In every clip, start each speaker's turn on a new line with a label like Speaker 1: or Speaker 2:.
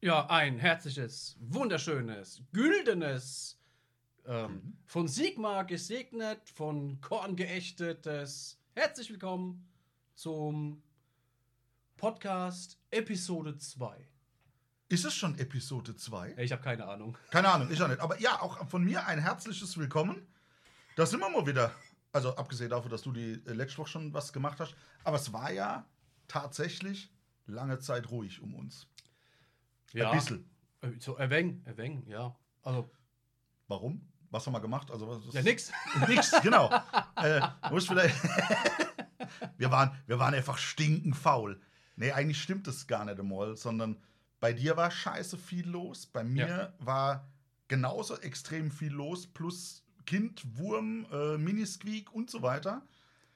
Speaker 1: Ja, ein herzliches, wunderschönes, güldenes, ähm,
Speaker 2: Mhm.
Speaker 1: von Sigma gesegnet, von Korn geächtetes. Herzlich willkommen zum Podcast Episode 2.
Speaker 2: Ist es schon Episode 2?
Speaker 1: Ich habe keine Ahnung.
Speaker 2: Keine Ahnung, ich auch nicht. Aber ja, auch von mir ein herzliches Willkommen. Da sind wir mal wieder. Also abgesehen davon, dass du die äh, letzte Woche schon was gemacht hast. Aber es war ja tatsächlich lange Zeit ruhig um uns.
Speaker 1: Ja.
Speaker 2: Ein bisschen.
Speaker 1: Äh, So, erwäng, erwäng, ja. Also,
Speaker 2: Warum? Was haben wir gemacht? Also was, was
Speaker 1: ja, nix.
Speaker 2: Nix, genau. äh, muss vielleicht. wir, waren, wir waren einfach stinkend faul. Nee, eigentlich stimmt es gar nicht einmal, sondern bei dir war scheiße viel los. Bei mir war genauso extrem viel los, plus Kind, Wurm, äh, Minisqueak und so weiter,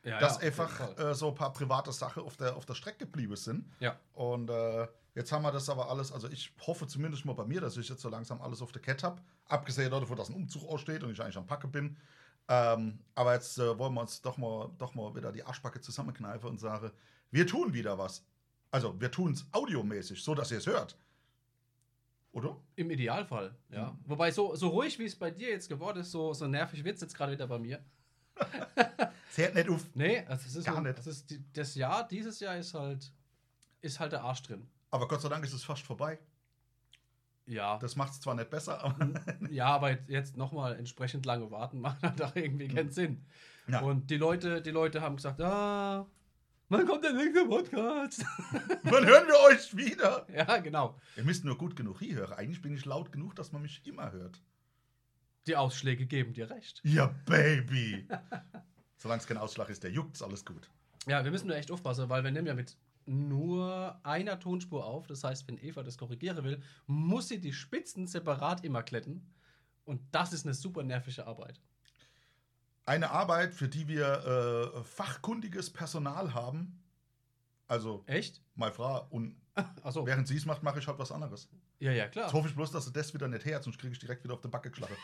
Speaker 1: Ja,
Speaker 2: dass
Speaker 1: ja, auf jeden
Speaker 2: einfach
Speaker 1: Fall.
Speaker 2: äh, so ein paar private Sachen auf der, auf der Strecke geblieben sind.
Speaker 1: ja.
Speaker 2: Und äh, jetzt haben wir das aber alles, also ich hoffe zumindest mal bei mir, dass ich jetzt so langsam alles auf der Kette habe. Abgesehen davon, dass ein Umzug aussteht und ich eigentlich am Packe bin. Ähm, aber jetzt äh, wollen wir uns doch mal, doch mal wieder die Arschbacke zusammenkneifen und sagen, wir tun wieder was. Also wir tun es audiomäßig, so dass ihr es hört. Oder?
Speaker 1: Im Idealfall, ja.
Speaker 2: Mhm.
Speaker 1: Wobei, so, so ruhig wie es bei dir jetzt geworden ist, so, so nervig wird es jetzt gerade wieder bei mir.
Speaker 2: Zählt nicht auf.
Speaker 1: Nee, also es ist,
Speaker 2: Gar
Speaker 1: so,
Speaker 2: nicht.
Speaker 1: Es ist die, das Jahr, dieses Jahr ist halt, ist halt der Arsch drin.
Speaker 2: Aber Gott sei Dank ist es fast vorbei.
Speaker 1: Ja.
Speaker 2: Das macht es zwar nicht besser, aber
Speaker 1: ja, aber jetzt nochmal entsprechend lange warten macht halt auch irgendwie keinen Sinn.
Speaker 2: Ja.
Speaker 1: Und die Leute, die Leute haben gesagt, ah, wann kommt der nächste Podcast?
Speaker 2: wann hören wir euch wieder?
Speaker 1: ja, genau.
Speaker 2: Ihr müsst nur gut genug hier hören. Eigentlich bin ich laut genug, dass man mich immer hört.
Speaker 1: Die Ausschläge geben dir recht.
Speaker 2: Ja, Baby. Solange es kein Ausschlag ist, der juckt's, alles gut.
Speaker 1: Ja, wir müssen nur echt aufpassen, weil wir nehmen ja mit nur einer Tonspur auf. Das heißt, wenn Eva das korrigieren will, muss sie die Spitzen separat immer kletten. Und das ist eine super nervige Arbeit.
Speaker 2: Eine Arbeit, für die wir äh, fachkundiges Personal haben. Also,
Speaker 1: Echt?
Speaker 2: meine Frau, und
Speaker 1: Achso.
Speaker 2: während sie es macht, mache ich halt was anderes.
Speaker 1: Ja, ja, klar.
Speaker 2: Jetzt hoffe ich bloß, dass sie das wieder nicht her, sonst kriege ich direkt wieder auf die Backe geschlagen.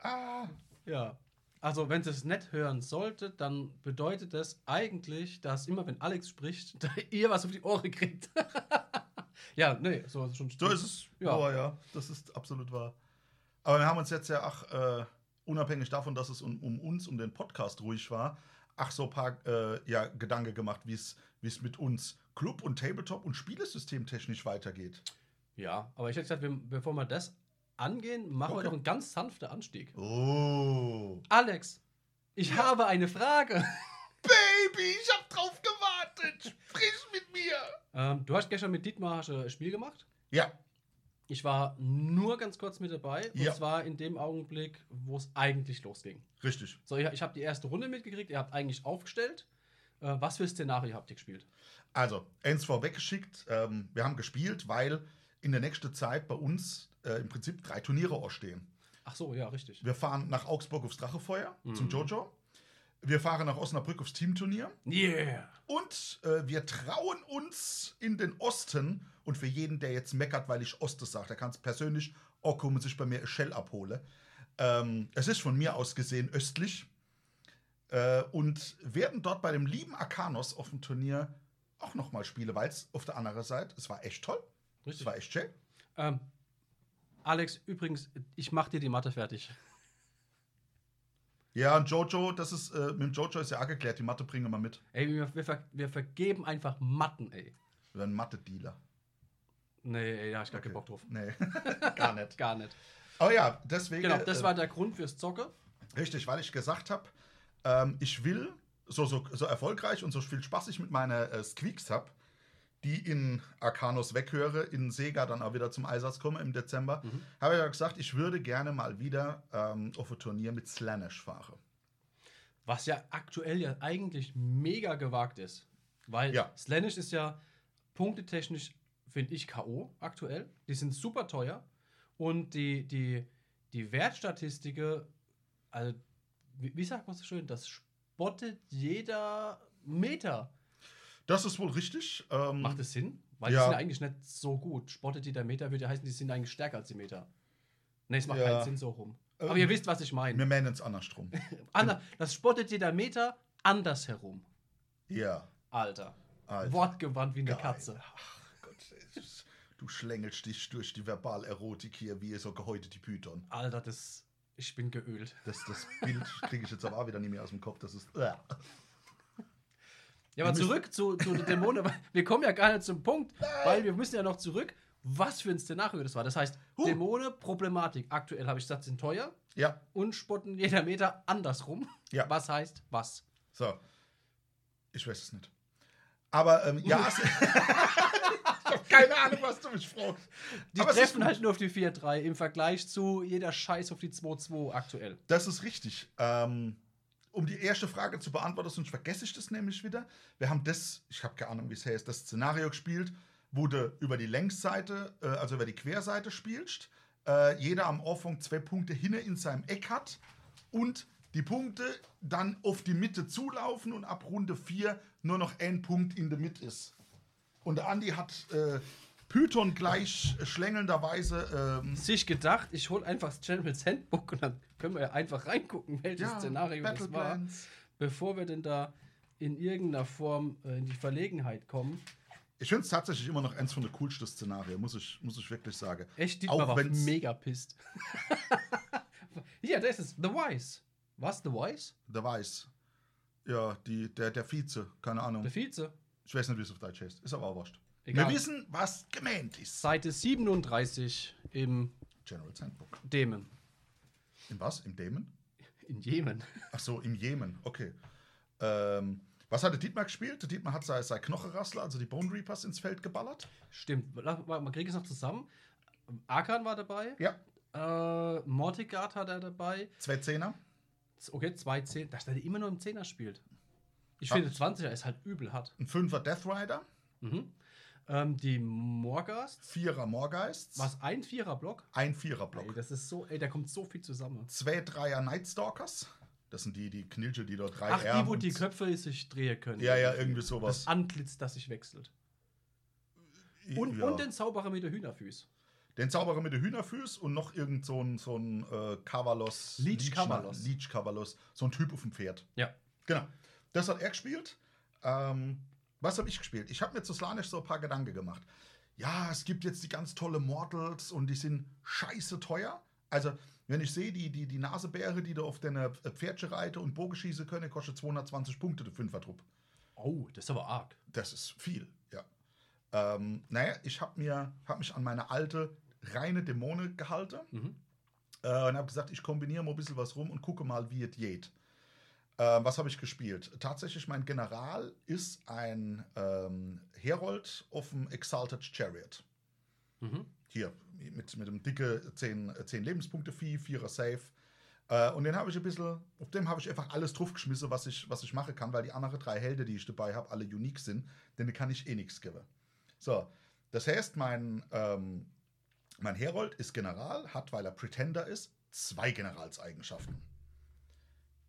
Speaker 2: ah,
Speaker 1: Ja. Also, wenn ihr es nicht hören solltet, dann bedeutet das eigentlich, dass immer wenn Alex spricht, ihr was auf die Ohren kriegt. ja, nee, so ist schon
Speaker 2: so ist es.
Speaker 1: Ja.
Speaker 2: Aber ja, das ist absolut wahr. Aber wir haben uns jetzt ja, ach, äh, unabhängig davon, dass es um, um uns, um den Podcast ruhig war, ach so ein paar äh, ja, Gedanken gemacht, wie es wie es mit uns Club und Tabletop und Spielesystem technisch weitergeht.
Speaker 1: Ja, aber ich hätte gesagt, wir, bevor wir das angehen, machen wir
Speaker 2: Okay.
Speaker 1: doch einen ganz sanften Anstieg.
Speaker 2: Oh.
Speaker 1: Alex, ich habe eine Frage.
Speaker 2: Baby, ich hab drauf gewartet. Sprich mit mir.
Speaker 1: Ähm, du hast gestern mit Dietmar hast, du ein Spiel gemacht.
Speaker 2: Ja,
Speaker 1: Ich war nur ganz kurz mit dabei. Und
Speaker 2: Ja.
Speaker 1: zwar in dem Augenblick, wo es eigentlich losging.
Speaker 2: richtig.
Speaker 1: So, ich, ich habe die erste Runde mitgekriegt. Ihr habt eigentlich aufgestellt. Äh, was für Szenario habt ihr gespielt?
Speaker 2: Also, eins vorweggeschickt. Ähm, wir haben gespielt, weil in der nächsten Zeit bei uns äh, im Prinzip drei Turniere ausstehen.
Speaker 1: Ach so, ja, richtig.
Speaker 2: Wir fahren nach Augsburg aufs Drachefeuer zum
Speaker 1: Mhm.
Speaker 2: Jojo. Wir fahren nach Osnabrück aufs Teamturnier.
Speaker 1: Yeah!
Speaker 2: Und äh, wir trauen uns in den Osten. Und für jeden, der jetzt meckert, weil ich Oste sage, der kann es persönlich auch kommen und sich bei mir eine Shell abhole. Ähm, es ist von mir aus gesehen östlich. Äh, und werden dort bei dem lieben Arcanos auf dem Turnier auch nochmal spielen, weil es auf der anderen Seite, es war echt toll. Es
Speaker 1: Richtig.
Speaker 2: war echt schön.
Speaker 1: Ähm, Alex, übrigens, ich mach dir die Mathe fertig.
Speaker 2: Ja, und Jojo, das ist, äh, mit dem Jojo ist ja auch geklärt, die Mathe bringen wir mit.
Speaker 1: Ey, wir, wir, ver wir vergeben einfach Matten, ey.
Speaker 2: Wir sind Mathe-Dealer.
Speaker 1: Nee, ey, da hab ich gar
Speaker 2: Okay.
Speaker 1: keinen Bock drauf.
Speaker 2: Nee, gar nicht.
Speaker 1: Gar nicht.
Speaker 2: Oh ja, deswegen.
Speaker 1: Genau, das
Speaker 2: äh,
Speaker 1: war der Grund fürs Zocke.
Speaker 2: Richtig, weil ich gesagt habe, ähm, ich will so, so, so erfolgreich und so viel Spaß ich mit meiner äh, Squeaks habe, die in Arcanos weghöre, in Sega dann auch wieder zum Einsatz komme im Dezember,
Speaker 1: Mhm.
Speaker 2: habe ich ja gesagt, ich würde gerne mal wieder ähm, auf ein Turnier mit Slanish fahren.
Speaker 1: Was ja aktuell ja eigentlich mega gewagt ist. Weil
Speaker 2: Ja.
Speaker 1: Slanish ist ja punktetechnisch, finde ich, K.O. aktuell. Die sind super teuer. Und die, die, die Wertstatistiken, also, wie, wie sagt man so schön, das spottet jeder Meter.
Speaker 2: Das ist wohl richtig. Ähm,
Speaker 1: Macht es Sinn? Weil
Speaker 2: Ja.
Speaker 1: die sind ja eigentlich nicht so gut. Spottet die der Meter, würde ja heißen, die sind eigentlich stärker als die Meter. Nee, es macht
Speaker 2: Ja.
Speaker 1: keinen Sinn so rum.
Speaker 2: Ähm,
Speaker 1: Aber ihr wisst, was ich
Speaker 2: Wir
Speaker 1: meine.
Speaker 2: meinen es andersrum.
Speaker 1: Ander, das spottet jeder Meter andersherum.
Speaker 2: ja.
Speaker 1: Alter.
Speaker 2: Alter.
Speaker 1: Wortgewandt wie eine
Speaker 2: Geil.
Speaker 1: Katze.
Speaker 2: Ach Gott, Du schlängelst dich durch die Verbalerotik hier wie so gehäutete Python.
Speaker 1: Alter, das. Ich bin geölt.
Speaker 2: Das, das Bild kriege ich jetzt aber auch wieder nicht mehr aus dem Kopf. Das ist. äh.
Speaker 1: Ja, aber
Speaker 2: müssen-
Speaker 1: zurück zu, zu den Dämonen. weil Wir kommen ja gar nicht zum Punkt, weil wir müssen ja noch zurück, was für ein Szenario das war. Das heißt,
Speaker 2: Huh.
Speaker 1: Dämonen, Problematik. Aktuell habe ich gesagt, sind teuer
Speaker 2: Ja,
Speaker 1: und spotten jeder Meter andersrum.
Speaker 2: Ja.
Speaker 1: Was heißt was?
Speaker 2: so. Ich weiß es nicht. Aber ähm, ja, es- ich habe keine Ahnung, was du mich fragst.
Speaker 1: Die
Speaker 2: Aber es ist
Speaker 1: treffen halt nur auf die 4-3 im Vergleich zu jeder Scheiß auf die 2-2 aktuell.
Speaker 2: Das ist richtig. Ähm, um die erste Frage zu beantworten, sonst vergesse ich das nämlich wieder. Wir haben das, ich habe keine Ahnung, wie es heißt, das Szenario gespielt, wo du über die Längsseite, äh, also über die Querseite spielst. Äh, jeder am Anfang zwei Punkte hinne in seinem Eck hat und die Punkte dann auf die Mitte zulaufen und ab Runde 4 nur noch ein Punkt in der Mitte ist. Und der Andi hat äh, Python gleich äh, schlängelnderweise ähm,
Speaker 1: Sich gedacht, ich hole einfach das Gentleman's Handbook und dann können wir ja einfach reingucken, welches
Speaker 2: ja,
Speaker 1: Szenario das war.
Speaker 2: Battleplans.
Speaker 1: Bevor wir denn da in irgendeiner Form äh, in die Verlegenheit kommen.
Speaker 2: Ich finde es tatsächlich immer noch eins von der coolsten Szenarien, muss ich, muss ich wirklich sagen.
Speaker 1: Echt, die
Speaker 2: Auch
Speaker 1: war
Speaker 2: wenn's-
Speaker 1: mega pisst. ja, das ist The Wise. Was, The Wise?
Speaker 2: Der Weiß. Ja, die, der, der Vize, keine Ahnung.
Speaker 1: Der Vize.
Speaker 2: Ich weiß nicht, wie es auf Deutsch heißt. Ist aber auch wurscht.
Speaker 1: Egal.
Speaker 2: Wir wissen, was gemeint ist.
Speaker 1: Seite 37 im
Speaker 2: General Sandbook.
Speaker 1: Dämen.
Speaker 2: Im was? Im Dämon?
Speaker 1: In Jemen.
Speaker 2: Ach so, im Jemen. Okay. Ähm, was hat der Dietmar gespielt? Der Dietmar hat sein, sein Knochenrassler, also die Bone Reapers, ins Feld geballert.
Speaker 1: Stimmt. Lass- Man kriegt es noch zusammen. Arkan war dabei.
Speaker 2: Ja,
Speaker 1: Äh, Mortigard hat er dabei.
Speaker 2: zwei Zehner.
Speaker 1: Z- Okay, zwei Zehn. Dass er immer nur im Zehner spielt. Ich
Speaker 2: Ah.
Speaker 1: finde, 20er ist halt übel hart.
Speaker 2: Ein Fünfer Death Rider,
Speaker 1: Mhm. Ähm, die Morgast.
Speaker 2: Vierer Morgeists,
Speaker 1: Was, ein Vierer-Block?
Speaker 2: ein Vierer
Speaker 1: Ey,
Speaker 2: Block.
Speaker 1: das ist so, ey, da kommt so viel zusammen.
Speaker 2: Zwei Dreier Nightstalkers. Das sind die, die Knilche, die dort rein
Speaker 1: Ach, die, wo
Speaker 2: und-
Speaker 1: die Köpfe sich drehen können.
Speaker 2: Ja, ja, irgendwie sowas.
Speaker 1: Das Antlitz, das sich wechselt. Und,
Speaker 2: ja.
Speaker 1: und den Zauberer mit der Hühnerfüß.
Speaker 2: Den Zauberer mit den Hühnerfüß und noch irgend so ein, so ein äh, Kavalos.
Speaker 1: Leech Kavalos.
Speaker 2: Leech Kavalos. So ein Typ auf dem Pferd.
Speaker 1: Ja.
Speaker 2: Genau. Das hat er gespielt. Ähm, was habe ich gespielt? Ich habe mir zu Slanisch so ein paar Gedanken gemacht. Ja, es gibt jetzt die ganz tolle Mortals und die sind scheiße teuer. Also, wenn ich sehe, die, die, die Nasebäre, die du auf deine Pferdchen reite und Bogen schießen können, kostet 220 Punkte, der Fünfertrupp.
Speaker 1: Oh, das ist aber arg.
Speaker 2: Das ist viel, ja. Ähm, naja, ich habe mir, hab mich an meine alte reine Dämonen gehalten
Speaker 1: Mhm.
Speaker 2: äh, und habe gesagt, ich kombiniere mal ein bisschen was rum und gucke mal, wie es geht. Ähm, was habe ich gespielt? Tatsächlich, mein General ist ein ähm, Herold auf dem Exalted Chariot.
Speaker 1: Mhm.
Speaker 2: Hier, mit, mit einem dicke 10, 10 Lebenspunkte Vieh, 4er Safe. Äh, und den habe ich ein bisschen, auf dem habe ich einfach alles draufgeschmissen, was ich, was ich machen kann, weil die anderen drei Helden, die ich dabei habe, alle unique sind. Denen kann ich eh nichts geben. So, das heißt, mein, ähm, mein Herold ist General, hat, weil er Pretender ist, zwei Generalseigenschaften.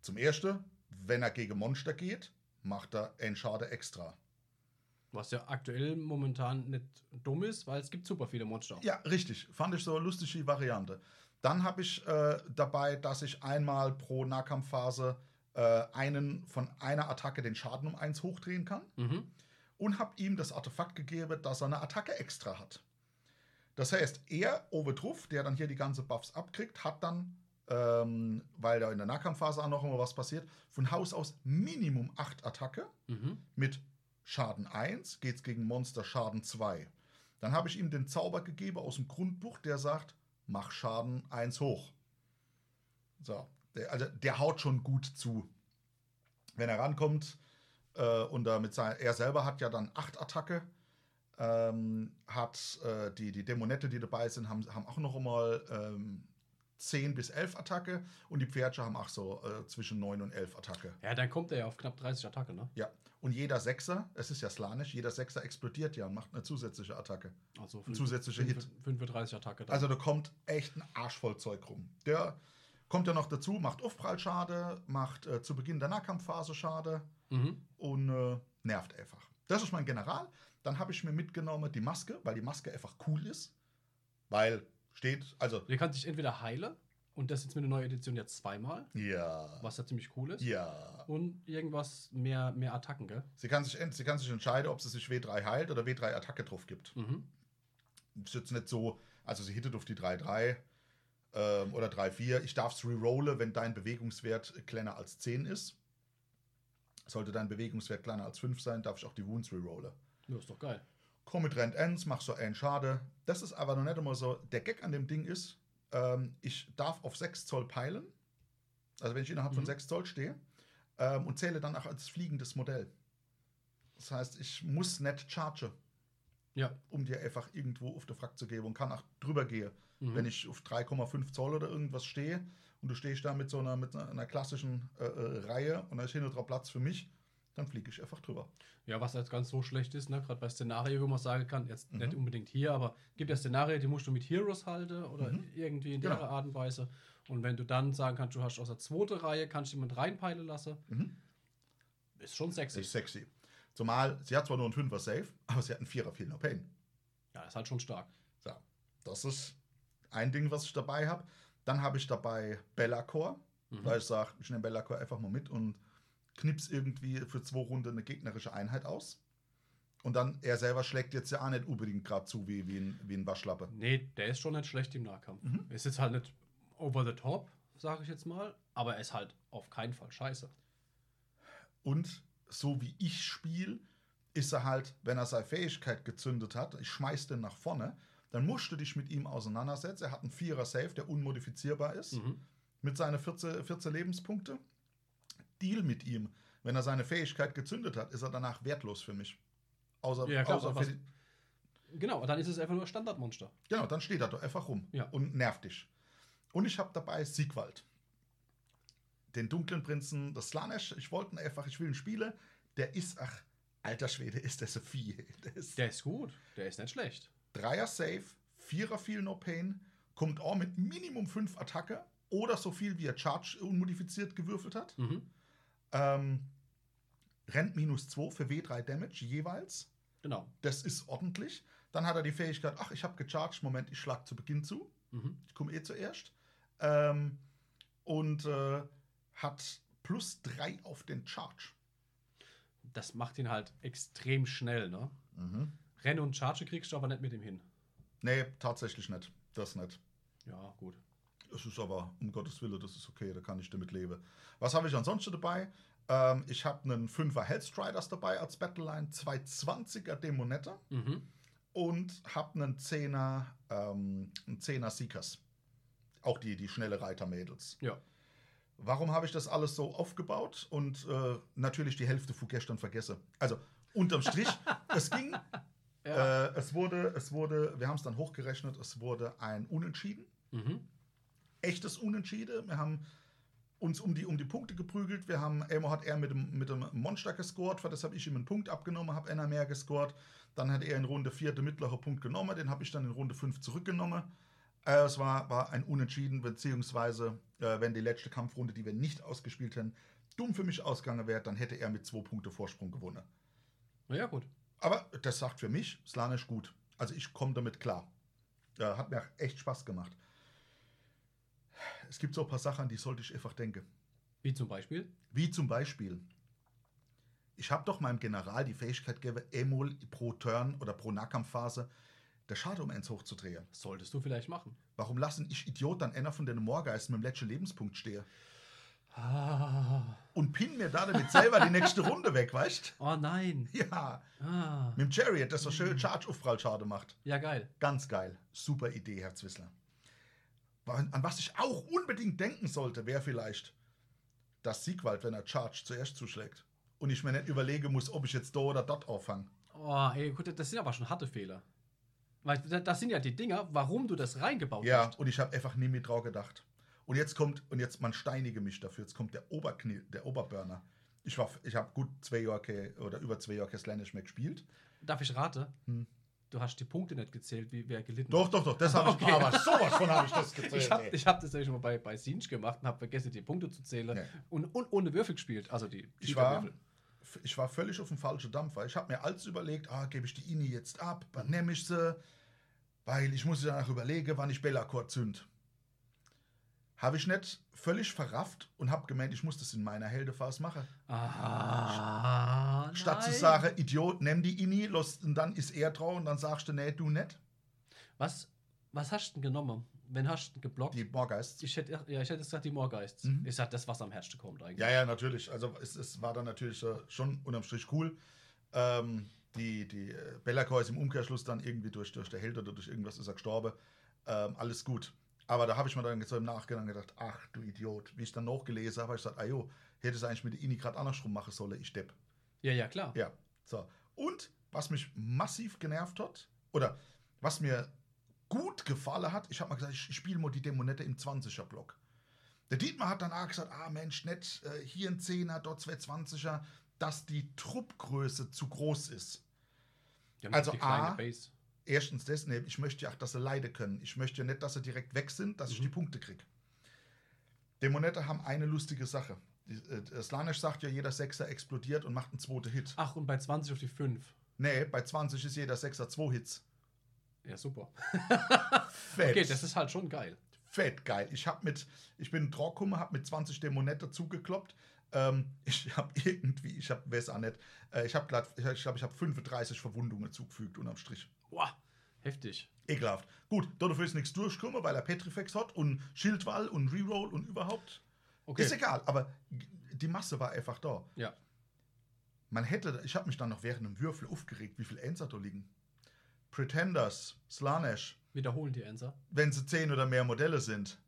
Speaker 2: Zum Ersten, wenn er gegen Monster geht, macht er einen Schade extra.
Speaker 1: Was ja aktuell momentan nicht dumm ist, weil es gibt super viele Monster.
Speaker 2: Ja, richtig. Fand ich so eine lustige Variante. Dann habe ich äh, dabei, dass ich einmal pro Nahkampfphase äh, einen von einer Attacke den Schaden um eins hochdrehen kann
Speaker 1: Mhm.
Speaker 2: und habe ihm das Artefakt gegeben, dass er eine Attacke extra hat. Das heißt, er, Obetruff, der dann hier die ganze Buffs abkriegt, hat dann, ähm, weil da in der Nahkampfphase auch noch immer was passiert, von Haus aus Minimum 8 Attacke
Speaker 1: Mhm.
Speaker 2: mit Schaden 1 geht's gegen Monster Schaden 2. Dann habe ich ihm den Zauber gegeben aus dem Grundbuch, der sagt, mach Schaden 1 hoch. So, der, also der haut schon gut zu. Wenn er rankommt äh, und er, mit sein, er selber hat ja dann 8 Attacke, ähm, hat äh, die, die Dämonette, die dabei sind, haben, haben auch noch einmal ähm, 10 bis 11 Attacke und die Pferdsche haben auch so äh, zwischen 9 und 11 Attacke.
Speaker 1: Ja, dann kommt er ja auf knapp 30 Attacke, ne?
Speaker 2: Ja, und jeder Sechser, es ist ja slanisch, jeder Sechser explodiert ja und macht eine zusätzliche Attacke.
Speaker 1: Also
Speaker 2: Zusätzlicher Hit.
Speaker 1: 35 Attacke. Dann.
Speaker 2: Also da kommt echt ein Arsch voll Zeug rum. Der kommt ja noch dazu, macht Aufprallschade, macht äh, zu Beginn der Nahkampfphase Schade
Speaker 1: mhm.
Speaker 2: und äh, nervt einfach. Das ist mein General. Dann habe ich mir mitgenommen die Maske, weil die Maske einfach cool ist. Weil steht, also
Speaker 1: Der kann sich entweder heilen und das jetzt mit der neuen Edition ja zweimal,
Speaker 2: ja,
Speaker 1: was ja ziemlich cool ist.
Speaker 2: ja.
Speaker 1: Und irgendwas mehr, mehr Attacken, gell?
Speaker 2: Sie kann, sich, ent- sie kann sich entscheiden, ob sie sich W3 heilt oder W3 Attacke drauf gibt.
Speaker 1: Mhm.
Speaker 2: ist jetzt nicht so, also sie hittet auf die 3-3 ähm, oder 3-4. Ich darf es rerolle, wenn dein Bewegungswert kleiner als 10 ist. Sollte dein Bewegungswert kleiner als 5 sein, darf ich auch die Wounds rerolle.
Speaker 1: Ja, ist doch geil.
Speaker 2: Komm mit Rand Ends, mach so einen Schade. Das ist aber noch nicht immer so. Der Gag an dem Ding ist, ähm, ich darf auf 6 Zoll peilen. Also wenn ich innerhalb von
Speaker 1: Mhm.
Speaker 2: 6 Zoll stehe ähm, und zähle dann auch als fliegendes Modell. Das heißt, ich muss nicht charge,
Speaker 1: Ja.
Speaker 2: um dir einfach irgendwo auf den Frack zu geben und kann auch drüber gehen.
Speaker 1: Mhm.
Speaker 2: Wenn ich auf 3,5 Zoll oder irgendwas stehe und du stehst da mit so einer, mit einer klassischen äh, äh, Reihe und da ist hin und drauf Platz für mich, dann fliege ich einfach drüber.
Speaker 1: Ja, was jetzt ganz so schlecht ist, ne? gerade bei Szenarien, wo man sagen kann, jetzt
Speaker 2: Mhm.
Speaker 1: nicht unbedingt hier, aber es gibt ja Szenarien, die musst du mit Heroes halten oder
Speaker 2: Mhm.
Speaker 1: irgendwie in
Speaker 2: Genau.
Speaker 1: der Art und Weise. Und wenn du dann sagen kannst, du hast aus der zweiten Reihe, kannst du jemand reinpeilen lassen,
Speaker 2: Mhm.
Speaker 1: ist schon
Speaker 2: Das
Speaker 1: sexy.
Speaker 2: ist sexy. Zumal, sie hat zwar nur einen 5er Safe, aber sie hat einen 4er Feel No Pain.
Speaker 1: Ja, ist halt schon stark.
Speaker 2: So, das ist ein Ding, was ich dabei habe. Dann habe ich dabei Bellacore,
Speaker 1: Mhm.
Speaker 2: weil ich sage, ich nehme Bellacore einfach mal mit und knips irgendwie für zwei Runden eine gegnerische Einheit aus. Und dann, er selber schlägt jetzt ja auch nicht unbedingt gerade zu wie, wie, ein, wie ein Waschlappe.
Speaker 1: Nee, der ist schon nicht schlecht im Nahkampf.
Speaker 2: Mhm.
Speaker 1: Ist jetzt halt nicht over the top, sage ich jetzt mal, aber er ist halt auf keinen Fall scheiße.
Speaker 2: Und so wie ich spiele, ist er halt, wenn er seine Fähigkeit gezündet hat, ich schmeiß den nach vorne, dann musst du dich mit ihm auseinandersetzen. Er hat einen Vierer-Safe, der unmodifizierbar ist.
Speaker 1: Mhm.
Speaker 2: mit seinen 14, 14 Lebenspunkte. Deal mit ihm. Wenn er seine Fähigkeit gezündet hat, ist er danach wertlos für mich. Außer,
Speaker 1: Ja, klar,
Speaker 2: außer
Speaker 1: aber
Speaker 2: für die,
Speaker 1: Genau, und dann ist es einfach nur ein Standardmonster.
Speaker 2: Genau, dann steht er da einfach rum
Speaker 1: Ja.
Speaker 2: und nervt dich. Und ich habe dabei Siegwald. Den dunklen Prinzen des Slanesh. Ich wollte ihn einfach, ich will ihn spielen. Der ist, ach, alter Schwede, ist der so viel. Der ist
Speaker 1: Der ist gut, der ist nicht schlecht.
Speaker 2: Dreier Safe, Vierer Feel No Pain, kommt auch mit Minimum fünf Attacke oder so viel, wie er Charge unmodifiziert gewürfelt hat.
Speaker 1: Mhm.
Speaker 2: Ähm, rennt minus 2 für W3 Damage jeweils.
Speaker 1: Genau.
Speaker 2: Das ist ordentlich. Dann hat er die Fähigkeit, ach, ich habe gecharged, Moment, ich schlag zu Beginn zu.
Speaker 1: Mhm.
Speaker 2: Ich komme eh zuerst. Ähm, und äh, hat plus 3 auf den Charge.
Speaker 1: Das macht ihn halt extrem schnell, ne? Rennen und Charge kriegst du aber nicht mit ihm hin.
Speaker 2: Nee, tatsächlich nicht. Das nicht.
Speaker 1: Ja, gut.
Speaker 2: Es ist aber, um Gottes Willen, das ist okay, da kann ich damit leben. Was habe ich ansonsten dabei? Ähm, ich habe einen 5er Hellstriders dabei als Battleline, zwei 20er Dämonette.
Speaker 1: Mhm.
Speaker 2: und habe einen Zehner, ähm, einen Zehner Seekers. Auch die, die schnelle Reitermädels.
Speaker 1: Ja.
Speaker 2: Warum habe ich das alles so aufgebaut und äh, natürlich die Hälfte von gestern vergesse? Also unterm Strich, es ging,
Speaker 1: ja.
Speaker 2: äh, es wurde, es wurde, wir haben es dann hochgerechnet, es wurde ein Unentschieden,
Speaker 1: Mhm.
Speaker 2: echtes Unentschieden. Wir haben uns um die, um die Punkte geprügelt. Wir haben, Elmo hat er mit dem, mit dem Monster gescored, für das habe ich ihm einen Punkt abgenommen, habe einer mehr gescored. Dann hat er in Runde 4 den mittleren Punkt genommen, den habe ich dann in Runde 5 zurückgenommen. Äh, es war, war ein Unentschieden, beziehungsweise äh, wenn die letzte Kampfrunde, die wir nicht ausgespielt hätten, dumm für mich ausgegangen wäre, dann hätte er mit zwei Punkte Vorsprung gewonnen.
Speaker 1: Na ja, gut.
Speaker 2: Aber das sagt für mich Slanisch gut. Also ich komme damit klar. Äh, hat mir auch echt Spaß gemacht. Es gibt so ein paar Sachen, an die sollte ich einfach denken.
Speaker 1: Wie zum Beispiel?
Speaker 2: Wie zum Beispiel, ich habe doch meinem General die Fähigkeit gegeben, Emul pro Turn oder pro Nahkampfphase der Schade um eins hochzudrehen.
Speaker 1: Solltest du vielleicht machen.
Speaker 2: Warum lassen ich Idiot dann einer von den Moorgeisten mit dem letzten Lebenspunkt stehe
Speaker 1: Ah.
Speaker 2: und pin mir da damit selber die nächste Runde weg, weißt?
Speaker 1: Oh nein.
Speaker 2: Ja,
Speaker 1: Ah.
Speaker 2: mit dem Chariot, das so schön charge aufprall schade macht.
Speaker 1: Ja, geil.
Speaker 2: Ganz geil. Super Idee, Herr Zwissler. Wa- An was ich auch unbedingt denken sollte, wäre vielleicht, dass Siegwald, wenn er charge, zuerst zuschlägt. Und ich mir nicht überlegen muss, ob ich jetzt da oder dort auffange.
Speaker 1: Oh, ey, gut, das sind aber schon harte Fehler. Weil da- das sind ja die Dinger, warum du das reingebaut
Speaker 2: Ja,
Speaker 1: hast.
Speaker 2: und ich habe einfach nie mit drauf gedacht. Und jetzt kommt, und jetzt, man steinige mich dafür, jetzt kommt der Oberknie, der Oberburner. Ich, war- ich habe gut zwei Jahre ke- oder über zwei Jahre Slanish mehr gespielt.
Speaker 1: Darf ich rate?
Speaker 2: Hm.
Speaker 1: Du hast die Punkte nicht gezählt, wie wer gelitten
Speaker 2: Doch, doch, doch, das habe
Speaker 1: Okay.
Speaker 2: ich, aber sowas von habe ich das gezählt.
Speaker 1: Ich habe
Speaker 2: ey.
Speaker 1: ich hab das ja schon mal bei, bei Sinch gemacht und habe vergessen, die Punkte zu zählen.
Speaker 2: Nee.
Speaker 1: Und, und ohne Würfel gespielt. Also die
Speaker 2: Ich war,
Speaker 1: Cheater-Würfel.
Speaker 2: f- ich war völlig auf dem falschen Dampfer. Ich habe mir alles überlegt, ah, gebe ich die Ini jetzt ab, wann nehme ich sie, weil ich muss danach überlegen, wann ich Bellacor zünd. Habe ich nicht völlig verrafft und habe gemeint, ich muss das in meiner Heldephase machen.
Speaker 1: Ah,
Speaker 2: Statt zu
Speaker 1: nein.
Speaker 2: sagen, Idiot, nimm die Ini, los, und dann ist er drauf und dann sagst du, nee, du nicht.
Speaker 1: Was, was hast du denn genommen? Wen hast du denn geblockt?
Speaker 2: Die Morgeists.
Speaker 1: ich hätte ja, ich hätte gesagt, die Moorgeists.
Speaker 2: Mhm.
Speaker 1: Ich sag, das, was am Herzen kommt eigentlich.
Speaker 2: Ja, ja, natürlich. Also es, es war dann natürlich äh, schon unterm Strich cool. Ähm, die die äh, Bellacore ist im Umkehrschluss dann irgendwie durch, durch der Held oder durch irgendwas ist er gestorben. Ähm, alles gut. Aber da habe ich mir dann so im Nachgang gedacht, ach du Idiot, wie ich dann nachgelesen habe, habe ich gesagt, ah jo, hätte es eigentlich mit der Ini gerade andersrum machen sollen, ich depp.
Speaker 1: Ja, ja, klar.
Speaker 2: Ja, so. Und was mich massiv genervt hat, oder was mir gut gefallen hat, ich habe mal gesagt, ich spiele mal die Dämonette im 20er-Block. Der Dietmar hat dann auch gesagt, ah Mensch, nett, äh, hier ein 10er, dort zwei 20er, dass die Truppgröße zu groß ist.
Speaker 1: Die haben
Speaker 2: Also
Speaker 1: die kleine
Speaker 2: A,
Speaker 1: Base.
Speaker 2: Erstens deswegen, ich möchte ja auch, dass sie leiden können. Ich möchte ja nicht, dass sie direkt weg sind, dass ich
Speaker 1: Mhm.
Speaker 2: die Punkte kriege. Dämonette haben eine lustige Sache. Die, äh, Slanesh sagt ja, jeder Sechser explodiert und macht einen zweiten Hit.
Speaker 1: Ach, und bei 20 auf die 5.
Speaker 2: Nee, bei 20 ist jeder Sechser zwei Hits.
Speaker 1: Ja, super.
Speaker 2: Fett.
Speaker 1: Okay, das ist halt schon geil.
Speaker 2: fett geil. Ich hab mit, ich bin ein Trockummer, hab mit 20 Dämonette zugekloppt. Ähm, ich hab irgendwie, ich hab, weiß auch nicht, äh, ich hab glatt, ich glaube, ich, glaub, ich hab 35 Verwundungen zugefügt unterm Strich.
Speaker 1: Boah, heftig.
Speaker 2: Ekelhaft. Gut, dafür ist nichts durchgekommen, weil er Petrifex hat und Schildwall und Reroll und überhaupt.
Speaker 1: Okay.
Speaker 2: Ist egal, aber die Masse war einfach da.
Speaker 1: Ja.
Speaker 2: Man hätte, ich habe mich dann noch während dem Würfel aufgeregt, wie viel Enser da liegen. Pretenders, Slanesh,
Speaker 1: Wiederholen die Enser.
Speaker 2: wenn sie 10 oder mehr Modelle sind.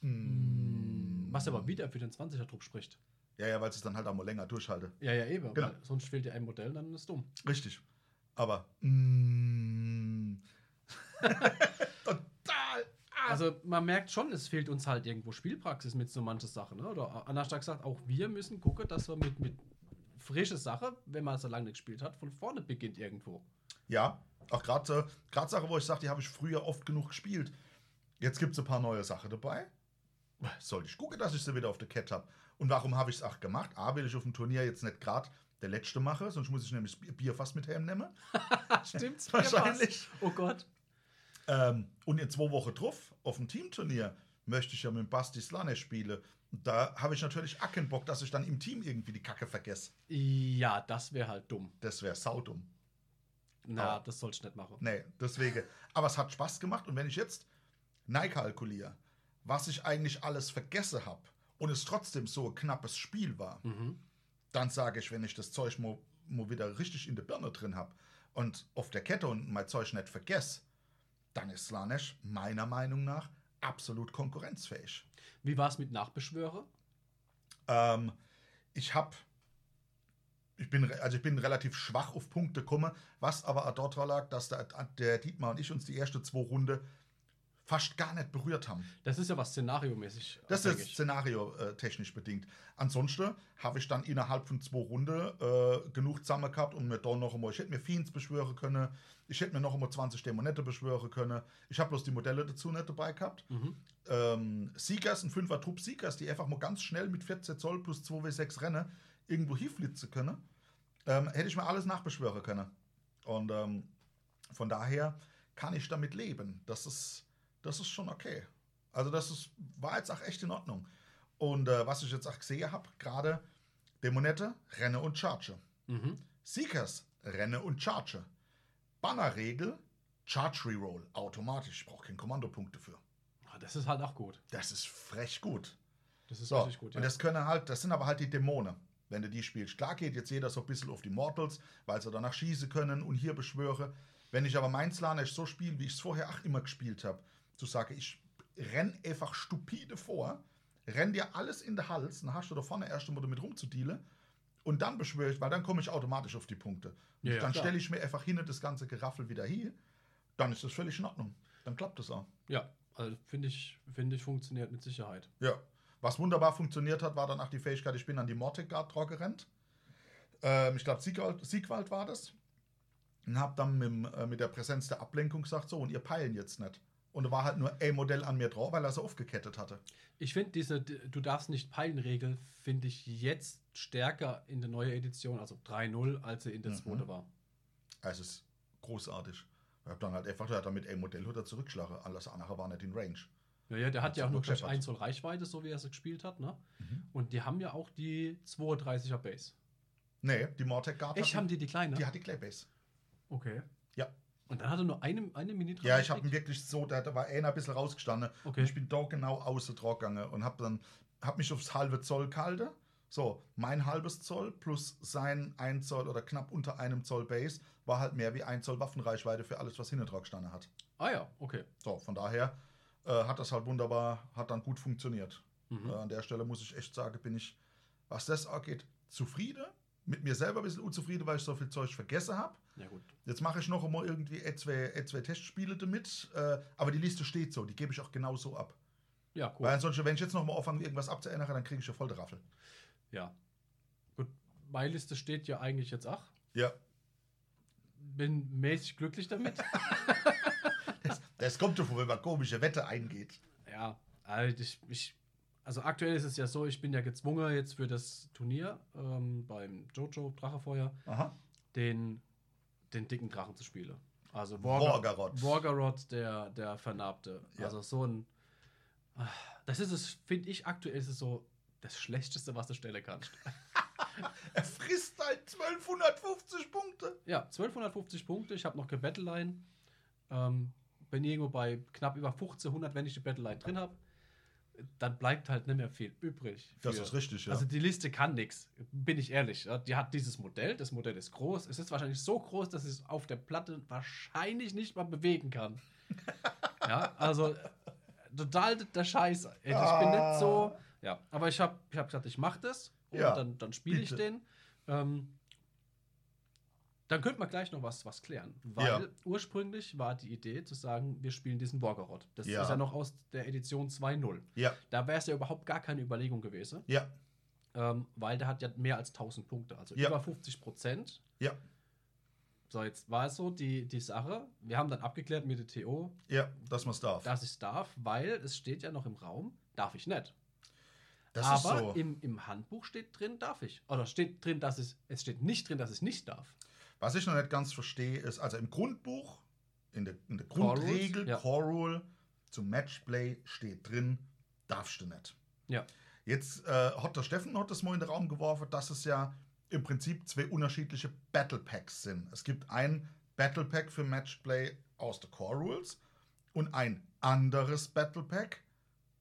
Speaker 2: Mm.
Speaker 1: Was Mm. aber wieder für den 20er-Druck spricht.
Speaker 2: Ja, ja, weil sie es dann halt auch mal länger durchhalte.
Speaker 1: Ja, ja, eben.
Speaker 2: Genau.
Speaker 1: weil Sonst fehlt dir ein Modell, dann ist dumm.
Speaker 2: Richtig. Aber. Mm, total.
Speaker 1: Also man merkt schon, es fehlt uns halt irgendwo Spielpraxis mit so manche Sachen. Ne? Oder anders gesagt, auch wir müssen gucken, dass wir mit, mit frische Sache, wenn man so lange nicht gespielt hat, von vorne beginnt irgendwo.
Speaker 2: Ja, auch gerade äh, grad Sachen, wo ich sage, die habe ich früher oft genug gespielt. Jetzt gibt es ein paar neue Sachen dabei. Sollte ich gucken, dass ich sie wieder auf der Kette habe. Und warum habe ich es auch gemacht? A, will ich auf dem Turnier jetzt nicht gerade der Letzte mache, sonst muss ich nämlich das Bier- Bier fast mit hernehmen.
Speaker 1: Stimmt's?
Speaker 2: Wahrscheinlich.
Speaker 1: Oh Gott.
Speaker 2: Ähm, und in zwei Wochen drauf, auf dem Teamturnier, möchte ich ja mit dem Basti Slanesh spielen. Und Da habe ich natürlich auch keinen Bock, dass ich dann im Team irgendwie die Kacke vergesse.
Speaker 1: Ja, das wäre halt dumm.
Speaker 2: Das wäre saudum.
Speaker 1: Na,
Speaker 2: Aber-
Speaker 1: das soll ich nicht machen.
Speaker 2: Nee, deswegen. Aber es hat Spaß gemacht. Und wenn ich jetzt nein kalkuliere, was ich eigentlich alles vergessen habe und es trotzdem so ein knappes Spiel war,
Speaker 1: Mhm.
Speaker 2: dann sage ich, wenn ich das Zeug mal, mal wieder richtig in der Birne drin habe und auf der Kette und mein Zeug nicht vergesse, dann ist Slanesh meiner Meinung nach absolut konkurrenzfähig.
Speaker 1: Wie war es mit Nachbeschwöre?
Speaker 2: Ähm, ich habe, ich bin, re- also ich bin relativ schwach auf Punkte komme, was aber auch dort lag, dass der, der Dietmar und ich uns die erste zwei Runde fast gar nicht berührt haben.
Speaker 1: Das ist ja was szenariomäßig.
Speaker 2: Das ist
Speaker 1: abhängig.
Speaker 2: szenario-technisch bedingt. Ansonsten habe ich dann innerhalb von zwei Runde äh, genug zusammen gehabt und mir dann noch einmal, ich hätte mir Fiends beschwören können, ich hätte mir noch einmal 20 Dämonette beschwören können. Ich habe bloß die Modelle dazu nicht dabei gehabt
Speaker 1: Mhm.
Speaker 2: ähm, Siegers, ein fünfer Trupp Siegers, die einfach mal ganz schnell mit 14 Zoll plus 2W6 Rennen irgendwo hinflitzen können, ähm, hätte ich mir alles nachbeschwören können. Und ähm, von daher kann ich damit leben. Das ist, das ist schon okay. Also das ist, war jetzt auch echt in Ordnung. Und äh, was ich jetzt auch gesehen habe, gerade Dämonette, Renne und Charge.
Speaker 1: Mhm.
Speaker 2: Seekers, Renne und Charge. Bannerregel, Charge Reroll, automatisch. Ich brauche keine Kommandopunkte für.
Speaker 1: Ah, Das ist halt auch gut.
Speaker 2: Das ist frech gut.
Speaker 1: Das ist
Speaker 2: So,
Speaker 1: richtig gut.
Speaker 2: und das können halt, das sind aber halt die Dämonen. Wenn du die spielst, klar geht jetzt jeder so ein bisschen auf die Mortals, weil sie danach schießen können und hier beschwöre. Wenn ich aber mein Slanesh so spiele, wie ich es vorher auch immer gespielt habe, zu sage, ich renn einfach stupide vor, renn dir alles in den Hals, dann hast du da vorne erst einmal damit rumzudealen und dann beschwöre ich, weil dann komme ich automatisch auf die Punkte. Und
Speaker 1: Ja, ja,
Speaker 2: dann
Speaker 1: klar.
Speaker 2: stelle ich mir einfach hin und das ganze Geraffel wieder hier, dann ist das völlig in Ordnung. Dann klappt das auch.
Speaker 1: ja, also finde ich, finde ich, funktioniert mit Sicherheit.
Speaker 2: Ja. Was wunderbar funktioniert hat, war danach die Fähigkeit, ich bin an die Mortic Guard drauf gerannt. Ähm, ich glaube, Siegwald, Siegwald war das. Und hab dann mit, dem, äh, mit der Präsenz der Ablenkung gesagt, so, und ihr peilen jetzt nicht. Und da war halt nur ein Modell an mir drauf, weil er sie aufgekettet hatte.
Speaker 1: Ich finde diese D- Du darfst nicht peilen Regel, finde ich jetzt stärker in der neuen Edition, also 3.0, als sie in der
Speaker 2: Mhm.
Speaker 1: zweiten war.
Speaker 2: Also es ist großartig. Ich hab dann halt einfach ja, damit ein Modell oder zurückschlagen. Alles andere war nicht in Range.
Speaker 1: Ja, ja, der hat
Speaker 2: Hat's
Speaker 1: ja auch
Speaker 2: gut
Speaker 1: nur gleich
Speaker 2: gescheppert.
Speaker 1: 1 Zoll Reichweite, so wie er es gespielt hat, ne?
Speaker 2: Mhm.
Speaker 1: Und die haben ja auch die 32er Base.
Speaker 2: Nee, die Mortec Guard
Speaker 1: Echt,
Speaker 2: hat
Speaker 1: haben die ne? die kleine?
Speaker 2: die, die hat die Claybase.
Speaker 1: Okay.
Speaker 2: Ja.
Speaker 1: Und dann hat er nur eine, eine Minute
Speaker 2: Ja, ich habe ihn
Speaker 1: reingesteckt?
Speaker 2: wirklich so, da, da war einer ein bisschen rausgestanden.
Speaker 1: Okay.
Speaker 2: Und ich bin da genau außen dran gegangen und habe dann hab mich aufs halbe Zoll gehalten. So, mein halbes Zoll plus sein ein Zoll oder knapp unter einem Zoll Base war halt mehr wie ein Zoll Waffenreichweite für alles, was hinten dran gestanden hat.
Speaker 1: Ah ja, okay.
Speaker 2: So, von daher äh, hat das halt wunderbar, hat dann gut funktioniert.
Speaker 1: Mhm.
Speaker 2: Äh, an der Stelle muss ich echt sagen, bin ich, was das angeht, zufrieden. Mit mir selber ein bisschen unzufrieden, weil ich so viel Zeug vergessen habe.
Speaker 1: Ja gut.
Speaker 2: Jetzt mache ich noch einmal irgendwie ein, zwei, ein, zwei Testspiele damit. Äh, aber die Liste steht so, die gebe ich auch genauso ab.
Speaker 1: Ja,
Speaker 2: Weil
Speaker 1: cool.
Speaker 2: ansonsten, wenn ich jetzt noch mal anfange, irgendwas abzuändern, dann kriege ich ja voll die Raffel.
Speaker 1: Ja. Gut, meine Liste steht ja eigentlich jetzt auch.
Speaker 2: Ja.
Speaker 1: Bin mäßig glücklich damit.
Speaker 2: Das, das kommt davon, wenn man komische Wette eingeht.
Speaker 1: ja, also, ich, ich, also aktuell ist es ja so, ich bin ja gezwungen jetzt für das Turnier ähm, beim Jojo Drachefeuer
Speaker 2: Aha.
Speaker 1: den, den dicken Drachen zu spielen. Also
Speaker 2: Worgarod.
Speaker 1: Worgarod, der, der Vernarbte.
Speaker 2: Ja.
Speaker 1: Also so ein. Ah, Das ist es, finde ich, aktuell ist es so das Schlechteste, was du stellen kannst.
Speaker 2: Er frisst halt 1250 Punkte.
Speaker 1: Ja, 1250 Punkte. Ich habe noch keine Battleline. Ähm, bin irgendwo bei knapp über 1500, wenn ich die Battleline drin habe. Dann bleibt halt nicht mehr viel übrig.
Speaker 2: Das
Speaker 1: für-
Speaker 2: ist richtig, ja.
Speaker 1: Also die Liste kann nichts, bin ich ehrlich. ja. Die hat dieses Modell, das Modell ist groß. Es ist wahrscheinlich so groß, dass ich es auf der Platte wahrscheinlich nicht mal bewegen kann. ja, also äh, total der Scheiße. Ich bin nicht so. Ja, aber ich habe ich hab gesagt, ich mache das und
Speaker 2: Ah. Ja,
Speaker 1: dann, dann spiele ich
Speaker 2: bitte.
Speaker 1: den. Ähm, dann könnte man gleich noch was, was klären. Weil
Speaker 2: Ja.
Speaker 1: ursprünglich war die Idee zu sagen, wir spielen diesen Borgerod. Das
Speaker 2: Ja.
Speaker 1: ist ja noch aus der Edition 2.0.
Speaker 2: ja,
Speaker 1: Da wäre es ja überhaupt gar keine Überlegung gewesen,
Speaker 2: ja,
Speaker 1: ähm, weil der hat ja mehr als 1000 Punkte, also
Speaker 2: Ja.
Speaker 1: über 50 Prozent.
Speaker 2: ja,
Speaker 1: So, jetzt war es so, die, die Sache, wir haben dann abgeklärt mit der TO,
Speaker 2: ja, dass man es darf.
Speaker 1: dass ich es darf, weil es steht ja noch im Raum, darf ich nicht.
Speaker 2: das
Speaker 1: Aber im, im Handbuch steht drin, darf ich. Oder steht drin, dass es, es steht nicht drin, dass es nicht darf.
Speaker 2: Was ich noch nicht ganz verstehe, ist, also im Grundbuch, in der, in der
Speaker 1: Core Rules,
Speaker 2: Grundregel,
Speaker 1: ja.
Speaker 2: Core Rule zum Matchplay steht drin, darfst du nicht.
Speaker 1: Ja.
Speaker 2: Jetzt äh, hat der Steffen hat das mal in den Raum geworfen, dass es ja im Prinzip zwei unterschiedliche Battle Packs sind. Es gibt ein Battle Pack für Matchplay aus der Core Rules und ein anderes Battle Pack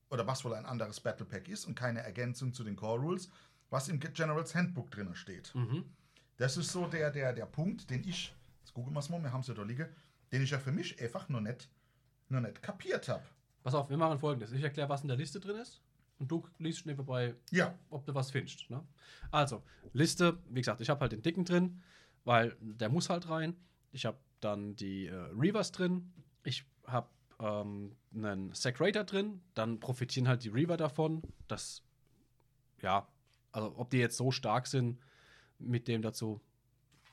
Speaker 2: oder was wohl ein anderes Battle Pack ist und keine Ergänzung zu den Core Rules, was im Generals Handbook drin steht. Das ist so der, der, der Punkt, den ich, jetzt gucken wir es mal, wir haben es ja da liegen, den ich ja für mich einfach noch nicht, noch nicht kapiert habe.
Speaker 1: Pass auf, wir machen folgendes. Ich erkläre, was in der Liste drin ist. Und du liest schnell vorbei,
Speaker 2: Ja,
Speaker 1: ob du was findest. Ne? Also, Liste, wie gesagt, ich habe halt den dicken drin, weil der muss halt rein. Ich habe dann die äh, Reavers drin. Ich habe ähm, einen Sacrator drin. Dann profitieren halt die Reaver davon, dass, ja, also ob die jetzt so stark sind mit dem dazu.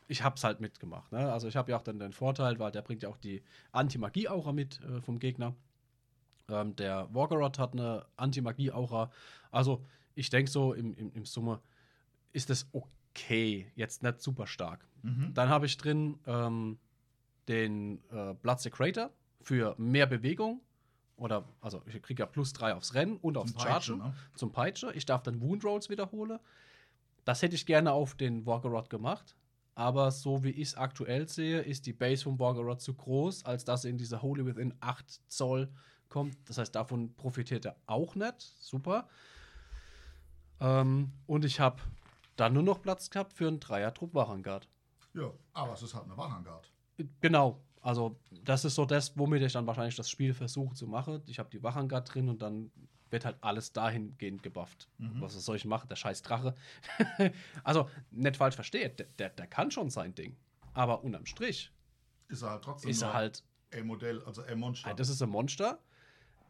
Speaker 1: Ich hab's halt mitgemacht. Ne? Also ich habe ja auch dann den Vorteil, weil der bringt ja auch die Anti-Magie-Aura mit äh, vom Gegner. Ähm, der Wargarot hat eine Anti-Magie-Aura. Also, ich denke so, im, im, im Summe ist das okay. Jetzt nicht super stark.
Speaker 2: mhm.
Speaker 1: Dann habe ich drin ähm, den äh, Blood Secretor für mehr Bewegung. Oder, also ich kriege ja plus drei aufs Rennen und aufs
Speaker 2: Zum Peitschen,
Speaker 1: Chargen.
Speaker 2: ne?
Speaker 1: Zum Peitsche. Ich darf dann Wound Rolls wiederholen. Das hätte ich gerne auf den Wargarot gemacht. Aber so wie ich es aktuell sehe, ist die Base vom Wargarot zu groß, als dass er in diese Holy Within 8 Zoll kommt. Das heißt, davon profitiert er auch nicht. Super. Ähm, und ich habe dann nur noch Platz gehabt für einen Dreier-Trupp Wachangard.
Speaker 2: ja, aber es ist halt eine Wachangard.
Speaker 1: Genau. Also, das ist so das, womit ich dann wahrscheinlich das Spiel versuche zu machen. Ich habe die Wachangard drin und dann wird halt alles dahingehend gebufft. Was soll ich machen? Der scheiß Drache. also, nicht falsch versteht, der, der, der kann schon sein Ding. Aber unterm Strich
Speaker 2: Ist er halt trotzdem
Speaker 1: ist er
Speaker 2: nur
Speaker 1: halt, Ah,
Speaker 2: ein Modell, also ein Monster.
Speaker 1: das ist ein Monster,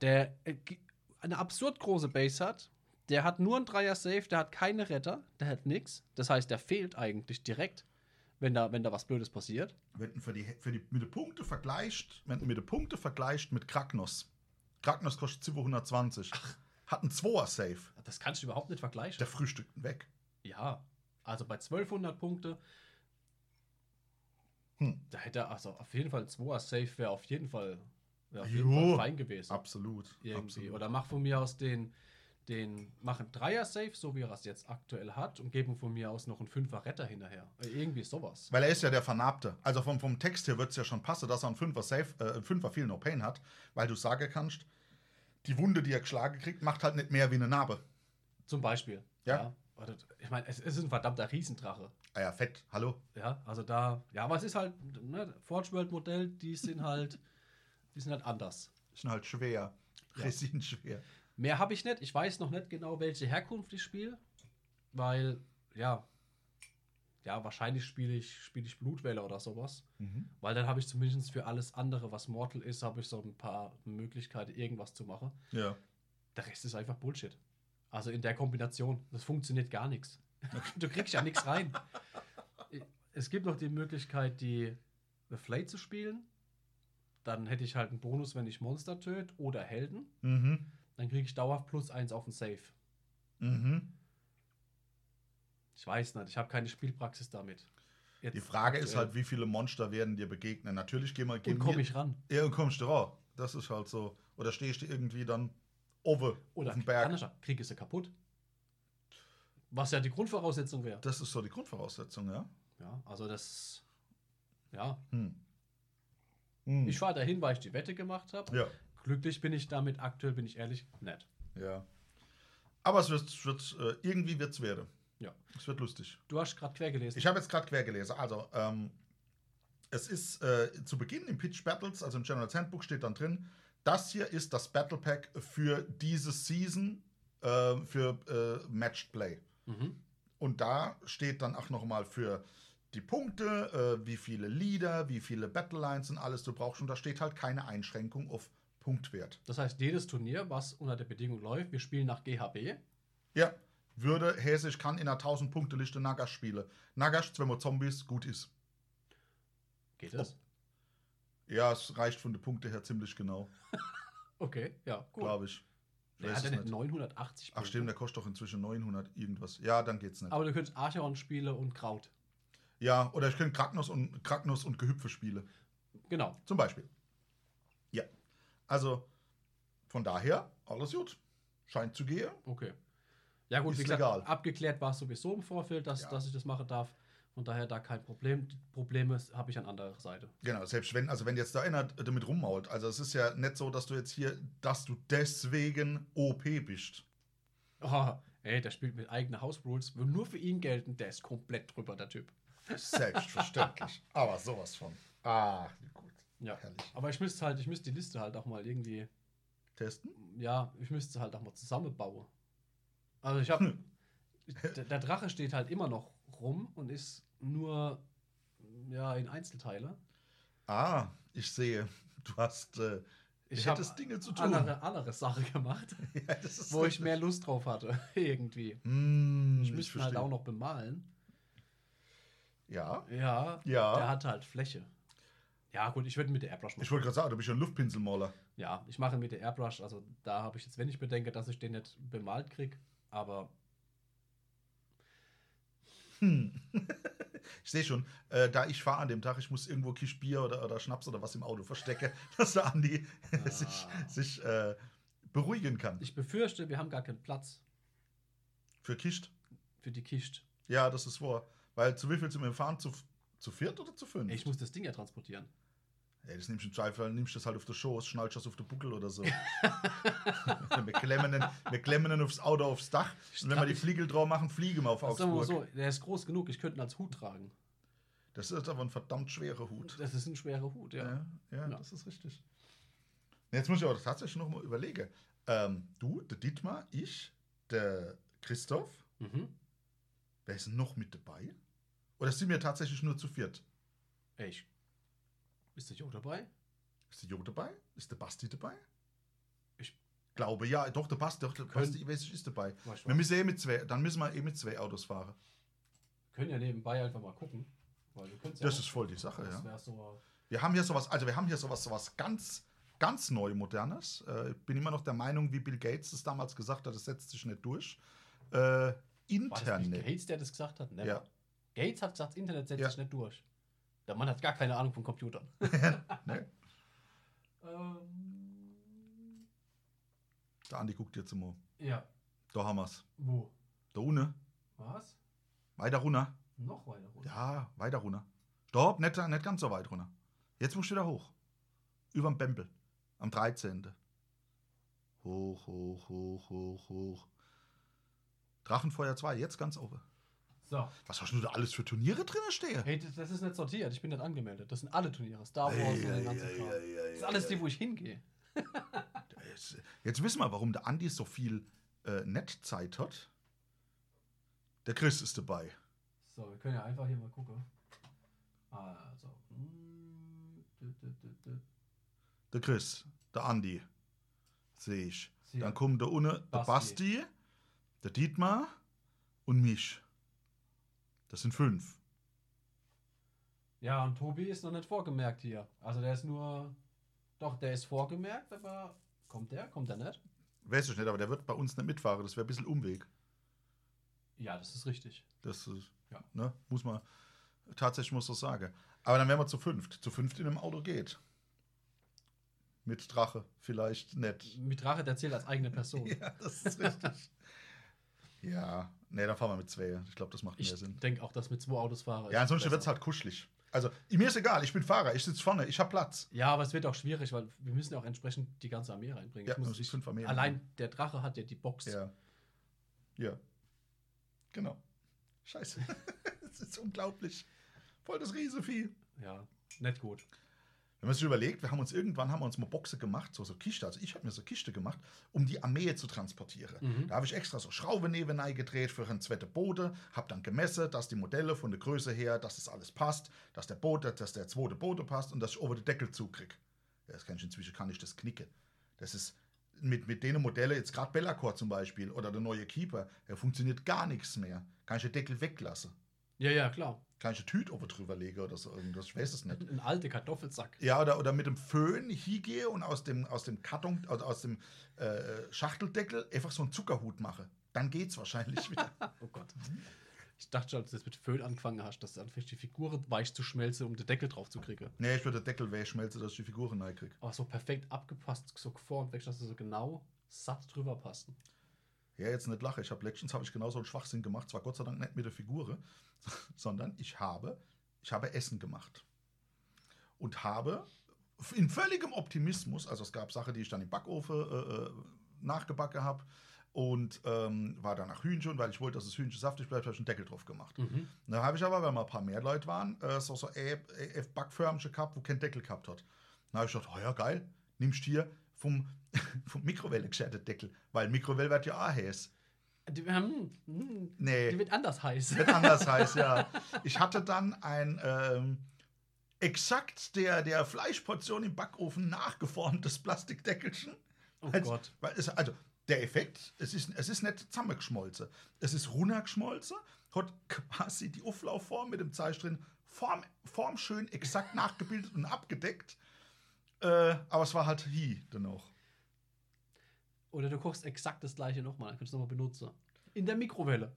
Speaker 1: der äh, g- eine absurd große Base hat. Der hat nur einen Dreier-Safe, der hat keine Retter, der hat nichts. Das heißt, der fehlt eigentlich direkt, wenn da, wenn da was Blödes passiert.
Speaker 2: wenn du für die, für die, mit den Punkten vergleicht, wenn du mit den Punkten vergleicht mit Kragnos. Kragnos kostet 720. Hat einen 2er Safe.
Speaker 1: Das kannst du überhaupt nicht vergleichen.
Speaker 2: Der frühstückt ihn weg.
Speaker 1: Ja, also bei 1200 Punkte,
Speaker 2: Hm.
Speaker 1: da hätte er, also auf jeden Fall 2er Safe wäre auf jeden Fall, wär auf
Speaker 2: Jo.
Speaker 1: jeden Fall fein gewesen.
Speaker 2: Absolut.
Speaker 1: irgendwie.
Speaker 2: absolut.
Speaker 1: Oder mach von mir aus den, den machen Dreier-Safe, so wie er es jetzt aktuell hat, und geben von mir aus noch einen Fünfer-Retter hinterher. Äh, irgendwie sowas.
Speaker 2: Weil er ist ja der Vernarbte. Also vom, vom Text her wird es ja schon passen, dass er einen Fünfer, Safe, äh, einen Fünfer viel No Pain hat, weil du sagen kannst, die Wunde, die er geschlagen kriegt, macht halt nicht mehr wie eine Narbe.
Speaker 1: Zum Beispiel.
Speaker 2: Ja.
Speaker 1: Oder- Ich meine, es ist ein verdammter Riesendrache.
Speaker 2: Ah ja, fett, hallo.
Speaker 1: Ja, also da, ja, aber es ist halt, ne, Forge World Modell, die sind halt, die sind halt anders.
Speaker 2: Ist halt schwer.
Speaker 1: Ja.
Speaker 2: Resin schwer.
Speaker 1: Mehr habe ich nicht. Ich weiß noch nicht genau, welche Herkunft ich spiele, weil, ja, ja, wahrscheinlich spiele ich, spiele ich Blutwelle oder sowas, weil dann habe ich zumindest für alles andere, was Mortal ist, habe ich so ein paar Möglichkeiten, irgendwas zu machen.
Speaker 2: Ja.
Speaker 1: Der Rest ist einfach Bullshit. Also in der Kombination, das funktioniert gar nichts. Du kriegst ja nichts rein. Es gibt noch die Möglichkeit, die The Flay zu spielen. Dann hätte ich halt einen Bonus, wenn ich Monster töte oder Helden.
Speaker 2: Mhm.
Speaker 1: Dann kriege ich dauerhaft plus eins auf den Save.
Speaker 2: Mhm.
Speaker 1: Ich weiß nicht, ich habe keine Spielpraxis damit. Jetzt
Speaker 2: Die Frage ist
Speaker 1: aktuell.
Speaker 2: halt, wie viele Monster werden dir begegnen? Natürlich gehen wir.
Speaker 1: Und komme ich ran?
Speaker 2: Ja, und kommst du raus. Das ist halt so. Oder stehst du irgendwie dann oben
Speaker 1: Oder
Speaker 2: auf dem Berg?
Speaker 1: anders, kriege ich sie kaputt? Was ja die Grundvoraussetzung wäre.
Speaker 2: Das ist so die Grundvoraussetzung, ja.
Speaker 1: Ja, also das. Ja,
Speaker 2: Hm. Hm.
Speaker 1: ich fahre dahin, weil ich die Wette gemacht habe.
Speaker 2: ja,
Speaker 1: Glücklich bin ich damit, aktuell bin ich ehrlich, nett.
Speaker 2: ja. Aber es wird, wird äh, irgendwie wird's werden.
Speaker 1: Ja.
Speaker 2: Es wird lustig.
Speaker 1: Du hast gerade quer gelesen.
Speaker 2: Ich habe jetzt gerade quer gelesen. Also, ähm, es ist äh, zu Beginn im Pitch Battles, also im General's Handbook, steht dann drin, das hier ist das Battle Pack für diese Season äh, für äh, Matched Play.
Speaker 1: mhm.
Speaker 2: Und da steht dann auch nochmal für die Punkte, äh, wie viele Leader, wie viele Battlelines und alles du brauchst. Und da steht halt keine Einschränkung auf Punktwert.
Speaker 1: Das heißt, jedes Turnier, was unter der Bedingung läuft, wir spielen nach GHB.
Speaker 2: Ja, würde Häsisch kann in einer 1000-Punkte-Liste Nagash spielen. Nagash, wenn man Zombies gut ist.
Speaker 1: Geht das?
Speaker 2: Ja, es reicht von den Punkten her ziemlich genau,
Speaker 1: Okay, ja, gut.
Speaker 2: glaube ich. Ich
Speaker 1: Der
Speaker 2: weiß
Speaker 1: hat
Speaker 2: es
Speaker 1: ja nicht
Speaker 2: nicht.
Speaker 1: 980
Speaker 2: Ach stimmt, der kostet doch inzwischen 900 irgendwas. Ja, dann geht's nicht.
Speaker 1: Aber du könntest Archeon spielen und Kraut.
Speaker 2: Ja, oder ich könnte Kragnos und, Kragnos und Gehüpfe spielen.
Speaker 1: Genau.
Speaker 2: Zum Beispiel. Ja. Also, von daher, alles gut. Scheint zu gehen.
Speaker 1: Okay. Ja, gut,
Speaker 2: Ist
Speaker 1: wie gesagt,
Speaker 2: legal.
Speaker 1: abgeklärt war es sowieso im Vorfeld, dass,
Speaker 2: Ja.
Speaker 1: dass ich das machen darf. Von daher da kein Problem. Die Probleme habe ich an anderer Seite.
Speaker 2: Genau, selbst wenn, also wenn jetzt da einer damit rummault, also es ist ja nicht so, dass du jetzt hier, dass du deswegen OP bist.
Speaker 1: Oh, ey, der spielt mit eigenen House Rules. Will nur für ihn gelten, der ist komplett drüber, der Typ.
Speaker 2: Selbstverständlich. Aber sowas von. Ah, gut.
Speaker 1: Ja.
Speaker 2: Herrlich.
Speaker 1: Aber ich müsste halt, ich müsste die Liste halt auch mal irgendwie
Speaker 2: Testen?
Speaker 1: ja, ich müsste halt auch mal zusammenbauen. Also ich habe,
Speaker 2: Hm.
Speaker 1: der, der Drache steht halt immer noch rum und ist nur ja in Einzelteile.
Speaker 2: Ah, ich sehe, du hast, äh,
Speaker 1: Ich
Speaker 2: du
Speaker 1: habe
Speaker 2: hättest Dinge zu tun.
Speaker 1: andere, andere Sache gemacht,
Speaker 2: Ja, das ist
Speaker 1: wo ich
Speaker 2: richtig.
Speaker 1: mehr Lust drauf hatte irgendwie.
Speaker 2: Hm,
Speaker 1: Ich müsste ihn halt
Speaker 2: verstehe.
Speaker 1: auch noch bemalen.
Speaker 2: Ja,
Speaker 1: Ja,
Speaker 2: Ja.
Speaker 1: Der hat halt Fläche. Ja gut, ich würde mit der Airbrush
Speaker 2: ich
Speaker 1: machen.
Speaker 2: wollte gerade sagen, du bist ja ein Luftpinselmaler.
Speaker 1: Ja, ich mache ihn mit der Airbrush. Also da habe ich jetzt, wenn ich bedenke, dass ich den nicht bemalt krieg, aber
Speaker 2: Hm. Ich sehe schon, äh, da ich fahre an dem Tag, ich muss irgendwo Kisch Bier oder, oder Schnaps oder was im Auto verstecke, dass der Andi
Speaker 1: Ah.
Speaker 2: sich, sich äh, beruhigen kann.
Speaker 1: ich befürchte, wir haben gar keinen Platz
Speaker 2: Für Kischt?
Speaker 1: für die Kiste.
Speaker 2: Ja, das ist wahr. Weil zu wie viel zum Fahren? Zu, zu viert oder zu fünf?
Speaker 1: Ey, Ich muss das Ding ja transportieren.
Speaker 2: Ey, das nimmst du im Zweifel, nimmst das halt auf der Schoß, schnallst das auf den Buckel oder so. wir, klemmen den, wir klemmen den aufs Auto, aufs Dach. Und wenn wir die Fliegel drauf machen, fliegen wir auf
Speaker 1: Also sagen wir mal
Speaker 2: Augsburg.
Speaker 1: so, der ist groß genug, ich könnte ihn als Hut tragen.
Speaker 2: Das ist aber ein verdammt schwerer Hut.
Speaker 1: Das ist ein schwerer Hut, ja.
Speaker 2: Ja, ja,
Speaker 1: Ja.
Speaker 2: das ist richtig. Jetzt muss ich aber tatsächlich noch mal überlegen. Ähm, du, der Dietmar, ich, der Christoph,
Speaker 1: Mhm.
Speaker 2: wer ist denn noch mit dabei? Oder sind wir tatsächlich nur zu viert?
Speaker 1: Ey, ich, ist der Jo dabei?
Speaker 2: Ist der Jo dabei? Ist der Basti dabei?
Speaker 1: Ich-
Speaker 2: glaube ja, doch, der Basti, doch, der
Speaker 1: Können-
Speaker 2: Basti weiß ich, ist dabei.
Speaker 1: Weißt du
Speaker 2: Wir
Speaker 1: was?
Speaker 2: müssen eh mit zwei, dann müssen wir eh mit zwei Autos fahren.
Speaker 1: Wir können ja nebenbei einfach mal gucken. Weil du könntest
Speaker 2: Das
Speaker 1: ja
Speaker 2: ist voll die Sache,
Speaker 1: Das
Speaker 2: ja.
Speaker 1: wär so,
Speaker 2: Wir haben hier sowas, also wir haben hier sowas, sowas ganz, ganz neu modernes. Äh, ich bin immer noch der Meinung, wie Bill Gates es damals gesagt hat, es setzt sich nicht durch. Äh,
Speaker 1: war das nicht
Speaker 2: Internet.
Speaker 1: Gates, der das gesagt hat? Never.
Speaker 2: Ja.
Speaker 1: Gates hat gesagt, das Internet setzt
Speaker 2: Ja.
Speaker 1: sich nicht durch. Der Mann hat gar keine Ahnung von Computern.
Speaker 2: Ne?
Speaker 1: ähm,
Speaker 2: Der Andi guckt jetzt immer.
Speaker 1: ja.
Speaker 2: Da haben wir's.
Speaker 1: Wo?
Speaker 2: Da unten.
Speaker 1: Was?
Speaker 2: Weiter runter.
Speaker 1: Noch weiter runter.
Speaker 2: Ja, weiter runter. Stopp, nicht, nicht ganz so weit runter. Jetzt musst du wieder hoch. Überm Bempel. Am 13. Hoch, hoch, hoch, hoch, hoch. Drachenfeuer 2, jetzt ganz oben.
Speaker 1: So.
Speaker 2: Was hast du da alles für Turniere drin stehen?
Speaker 1: Hey, das, das ist nicht sortiert. Ich bin nicht angemeldet. Das sind alle Turniere. Star Wars und den ganzen Kram. Das ist alles die, wo ich hingehe.
Speaker 2: Jetzt, jetzt wissen wir, warum der Andi so viel äh, Netzzeit hat. Der Chris ist dabei.
Speaker 1: So, wir können ja einfach hier mal gucken. Also. mm, dü- dü- dü- dü.
Speaker 2: Der Chris, der Andi. Sehe ich.
Speaker 1: Sieh.
Speaker 2: Dann kommen der Unne, der
Speaker 1: Basti.
Speaker 2: Basti, der Dietmar und mich. Das sind fünf.
Speaker 1: Ja, und Tobi ist noch nicht vorgemerkt hier. Also der ist nur. Doch, der ist vorgemerkt, aber kommt der? Kommt der nicht?
Speaker 2: Weiß ich nicht, aber der wird bei uns nicht mitfahren. Das wäre ein bisschen Umweg.
Speaker 1: Ja, das ist richtig.
Speaker 2: Das ist,
Speaker 1: Ja.
Speaker 2: ne, muss man, tatsächlich muss das sagen. Aber dann wären wir zu fünft. Zu fünft in einem Auto geht. Mit Drache vielleicht nicht.
Speaker 1: Mit Rache, der zählt als eigene Person.
Speaker 2: Ja, das ist richtig. ja, ne, dann fahren wir mit zwei. Ich glaube, das macht
Speaker 1: Ich
Speaker 2: mehr Sinn.
Speaker 1: denke auch, dass mit zwei Autos fahre.
Speaker 2: Ja,
Speaker 1: ist
Speaker 2: ansonsten
Speaker 1: besser.
Speaker 2: wird es halt kuschelig. Also, mir ist egal, ich bin Fahrer, ich sitze vorne, ich habe Platz.
Speaker 1: Ja, aber es wird auch schwierig, weil wir müssen ja auch entsprechend die ganze Armee reinbringen.
Speaker 2: Ja, also
Speaker 1: ich muss,
Speaker 2: das sind
Speaker 1: ich,
Speaker 2: fünf Armeen.
Speaker 1: allein der Drache hat ja die Box.
Speaker 2: Ja. Ja. Genau. Scheiße. Es ist unglaublich. Voll das Riesenvieh.
Speaker 1: ja nicht gut.
Speaker 2: Wenn man sich überlegt, wir haben uns irgendwann haben wir uns mal Boxe gemacht, so, so Kiste, also ich habe mir so Kiste gemacht, um die Armee zu transportieren.
Speaker 1: Mhm.
Speaker 2: Da habe ich extra so Schrauben nebenbei gedreht für einen zweiten Boden, habe dann gemessen, dass die Modelle von der Größe her, dass das alles passt, dass der Bote, dass der zweite Bote passt und dass ich oben den Deckel zukrieg. Ja, Das kann ich inzwischen kann ich das knicken. Das ist mit, mit denen Modelle, jetzt gerade Bellacore zum Beispiel oder der neue Keeper, der funktioniert gar nichts mehr. Kann ich den Deckel weglassen?
Speaker 1: Ja, ja, klar.
Speaker 2: Kann ich eine Tüte oben drüber legen oder so irgendwas? Ich weiß es nicht.
Speaker 1: Ein alter Kartoffelsack.
Speaker 2: Ja, oder, oder mit dem Föhn hingehe und aus dem, aus dem Karton, also aus dem äh, Schachteldeckel einfach so einen Zuckerhut mache. Dann geht's wahrscheinlich wieder.
Speaker 1: Oh Gott. Ich dachte schon, als du das mit Föhn angefangen hast, dass du anfängst, die Figuren weich zu schmelzen, um den Deckel drauf zu kriegen.
Speaker 2: Nee, ich würde den Deckel wegschmelzen, dass ich die Figuren neu kriege.
Speaker 1: Aber so perfekt abgepasst, so geformt, weg, dass du so genau satt drüber passen.
Speaker 2: Ja, jetzt nicht lache. Ich habe letztens habe ich genauso einen Schwachsinn gemacht. Zwar Gott sei Dank nicht mit der Figur, sondern ich habe, ich habe Essen gemacht. Und habe in völligem Optimismus, also es gab Sachen, die ich dann im Backofen äh, äh, nachgebacken habe und ähm, war danach Hühnchen, weil ich wollte, dass das Hühnchen saftig bleibt, habe ich einen Deckel drauf gemacht.
Speaker 1: Mhm.
Speaker 2: Da habe ich aber, weil wir ein paar mehr Leute waren, äh, so, so äh, äh, backförmige gehabt, wo kein Deckel gehabt hat. Da habe ich gedacht, oh ja, geil, nimmst hier vom, vom Mikrowelle geschärften Deckel, weil Mikrowelle wird ja auch heiß.
Speaker 1: Die, hm, hm, die
Speaker 2: Nee,
Speaker 1: wird anders heiß.
Speaker 2: wird anders heiß, ja. Ich hatte dann ein ähm, exakt der, der Fleischportion im Backofen nachgeformtes Plastikdeckelchen.
Speaker 1: Oh
Speaker 2: Als-
Speaker 1: Gott.
Speaker 2: Weil es, also der Effekt, es ist, es ist nicht zusammengeschmolzen. Es ist runtergeschmolzen, hat quasi die Auflaufform mit dem Zeichen drin, form, formschön exakt nachgebildet und abgedeckt. Äh, aber es war halt hi dennoch.
Speaker 1: Oder du kochst exakt das gleiche nochmal, dann kannst du es nochmal benutzen. In der Mikrowelle.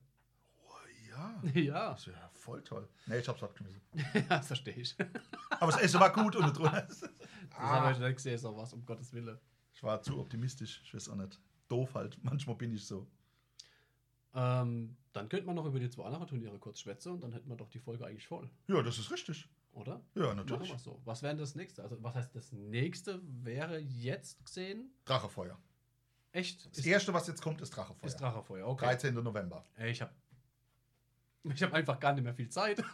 Speaker 2: Ja,
Speaker 1: Ja,
Speaker 2: das ist ja voll toll. Nee, ich hab's abgeschmissen.
Speaker 1: das verstehe ich. Das
Speaker 2: Aber das Essen war gut und drunter.
Speaker 1: habe
Speaker 2: Ah,
Speaker 1: ich nicht gesehen, sowas, um Gottes Willen.
Speaker 2: ich war zu optimistisch, ich weiß auch nicht. Doof halt, manchmal bin ich so.
Speaker 1: Ähm, dann könnte man noch über die zwei anderen Turniere kurz schwätzen und dann hätten wir doch die Folge eigentlich voll,
Speaker 2: Ja, das ist richtig.
Speaker 1: oder?
Speaker 2: Ja,
Speaker 1: Machen
Speaker 2: natürlich.
Speaker 1: wir so. Was wäre denn das nächste? Also, was heißt, das nächste wäre jetzt gesehen?
Speaker 2: Drachefeuer.
Speaker 1: Echt?
Speaker 2: Das
Speaker 1: Ist,
Speaker 2: erste, was jetzt kommt, ist Drachefeuer.
Speaker 1: ist Drachefeuer, okay.
Speaker 2: 13. November.
Speaker 1: Ey, ich habe ich hab einfach gar nicht mehr viel Zeit.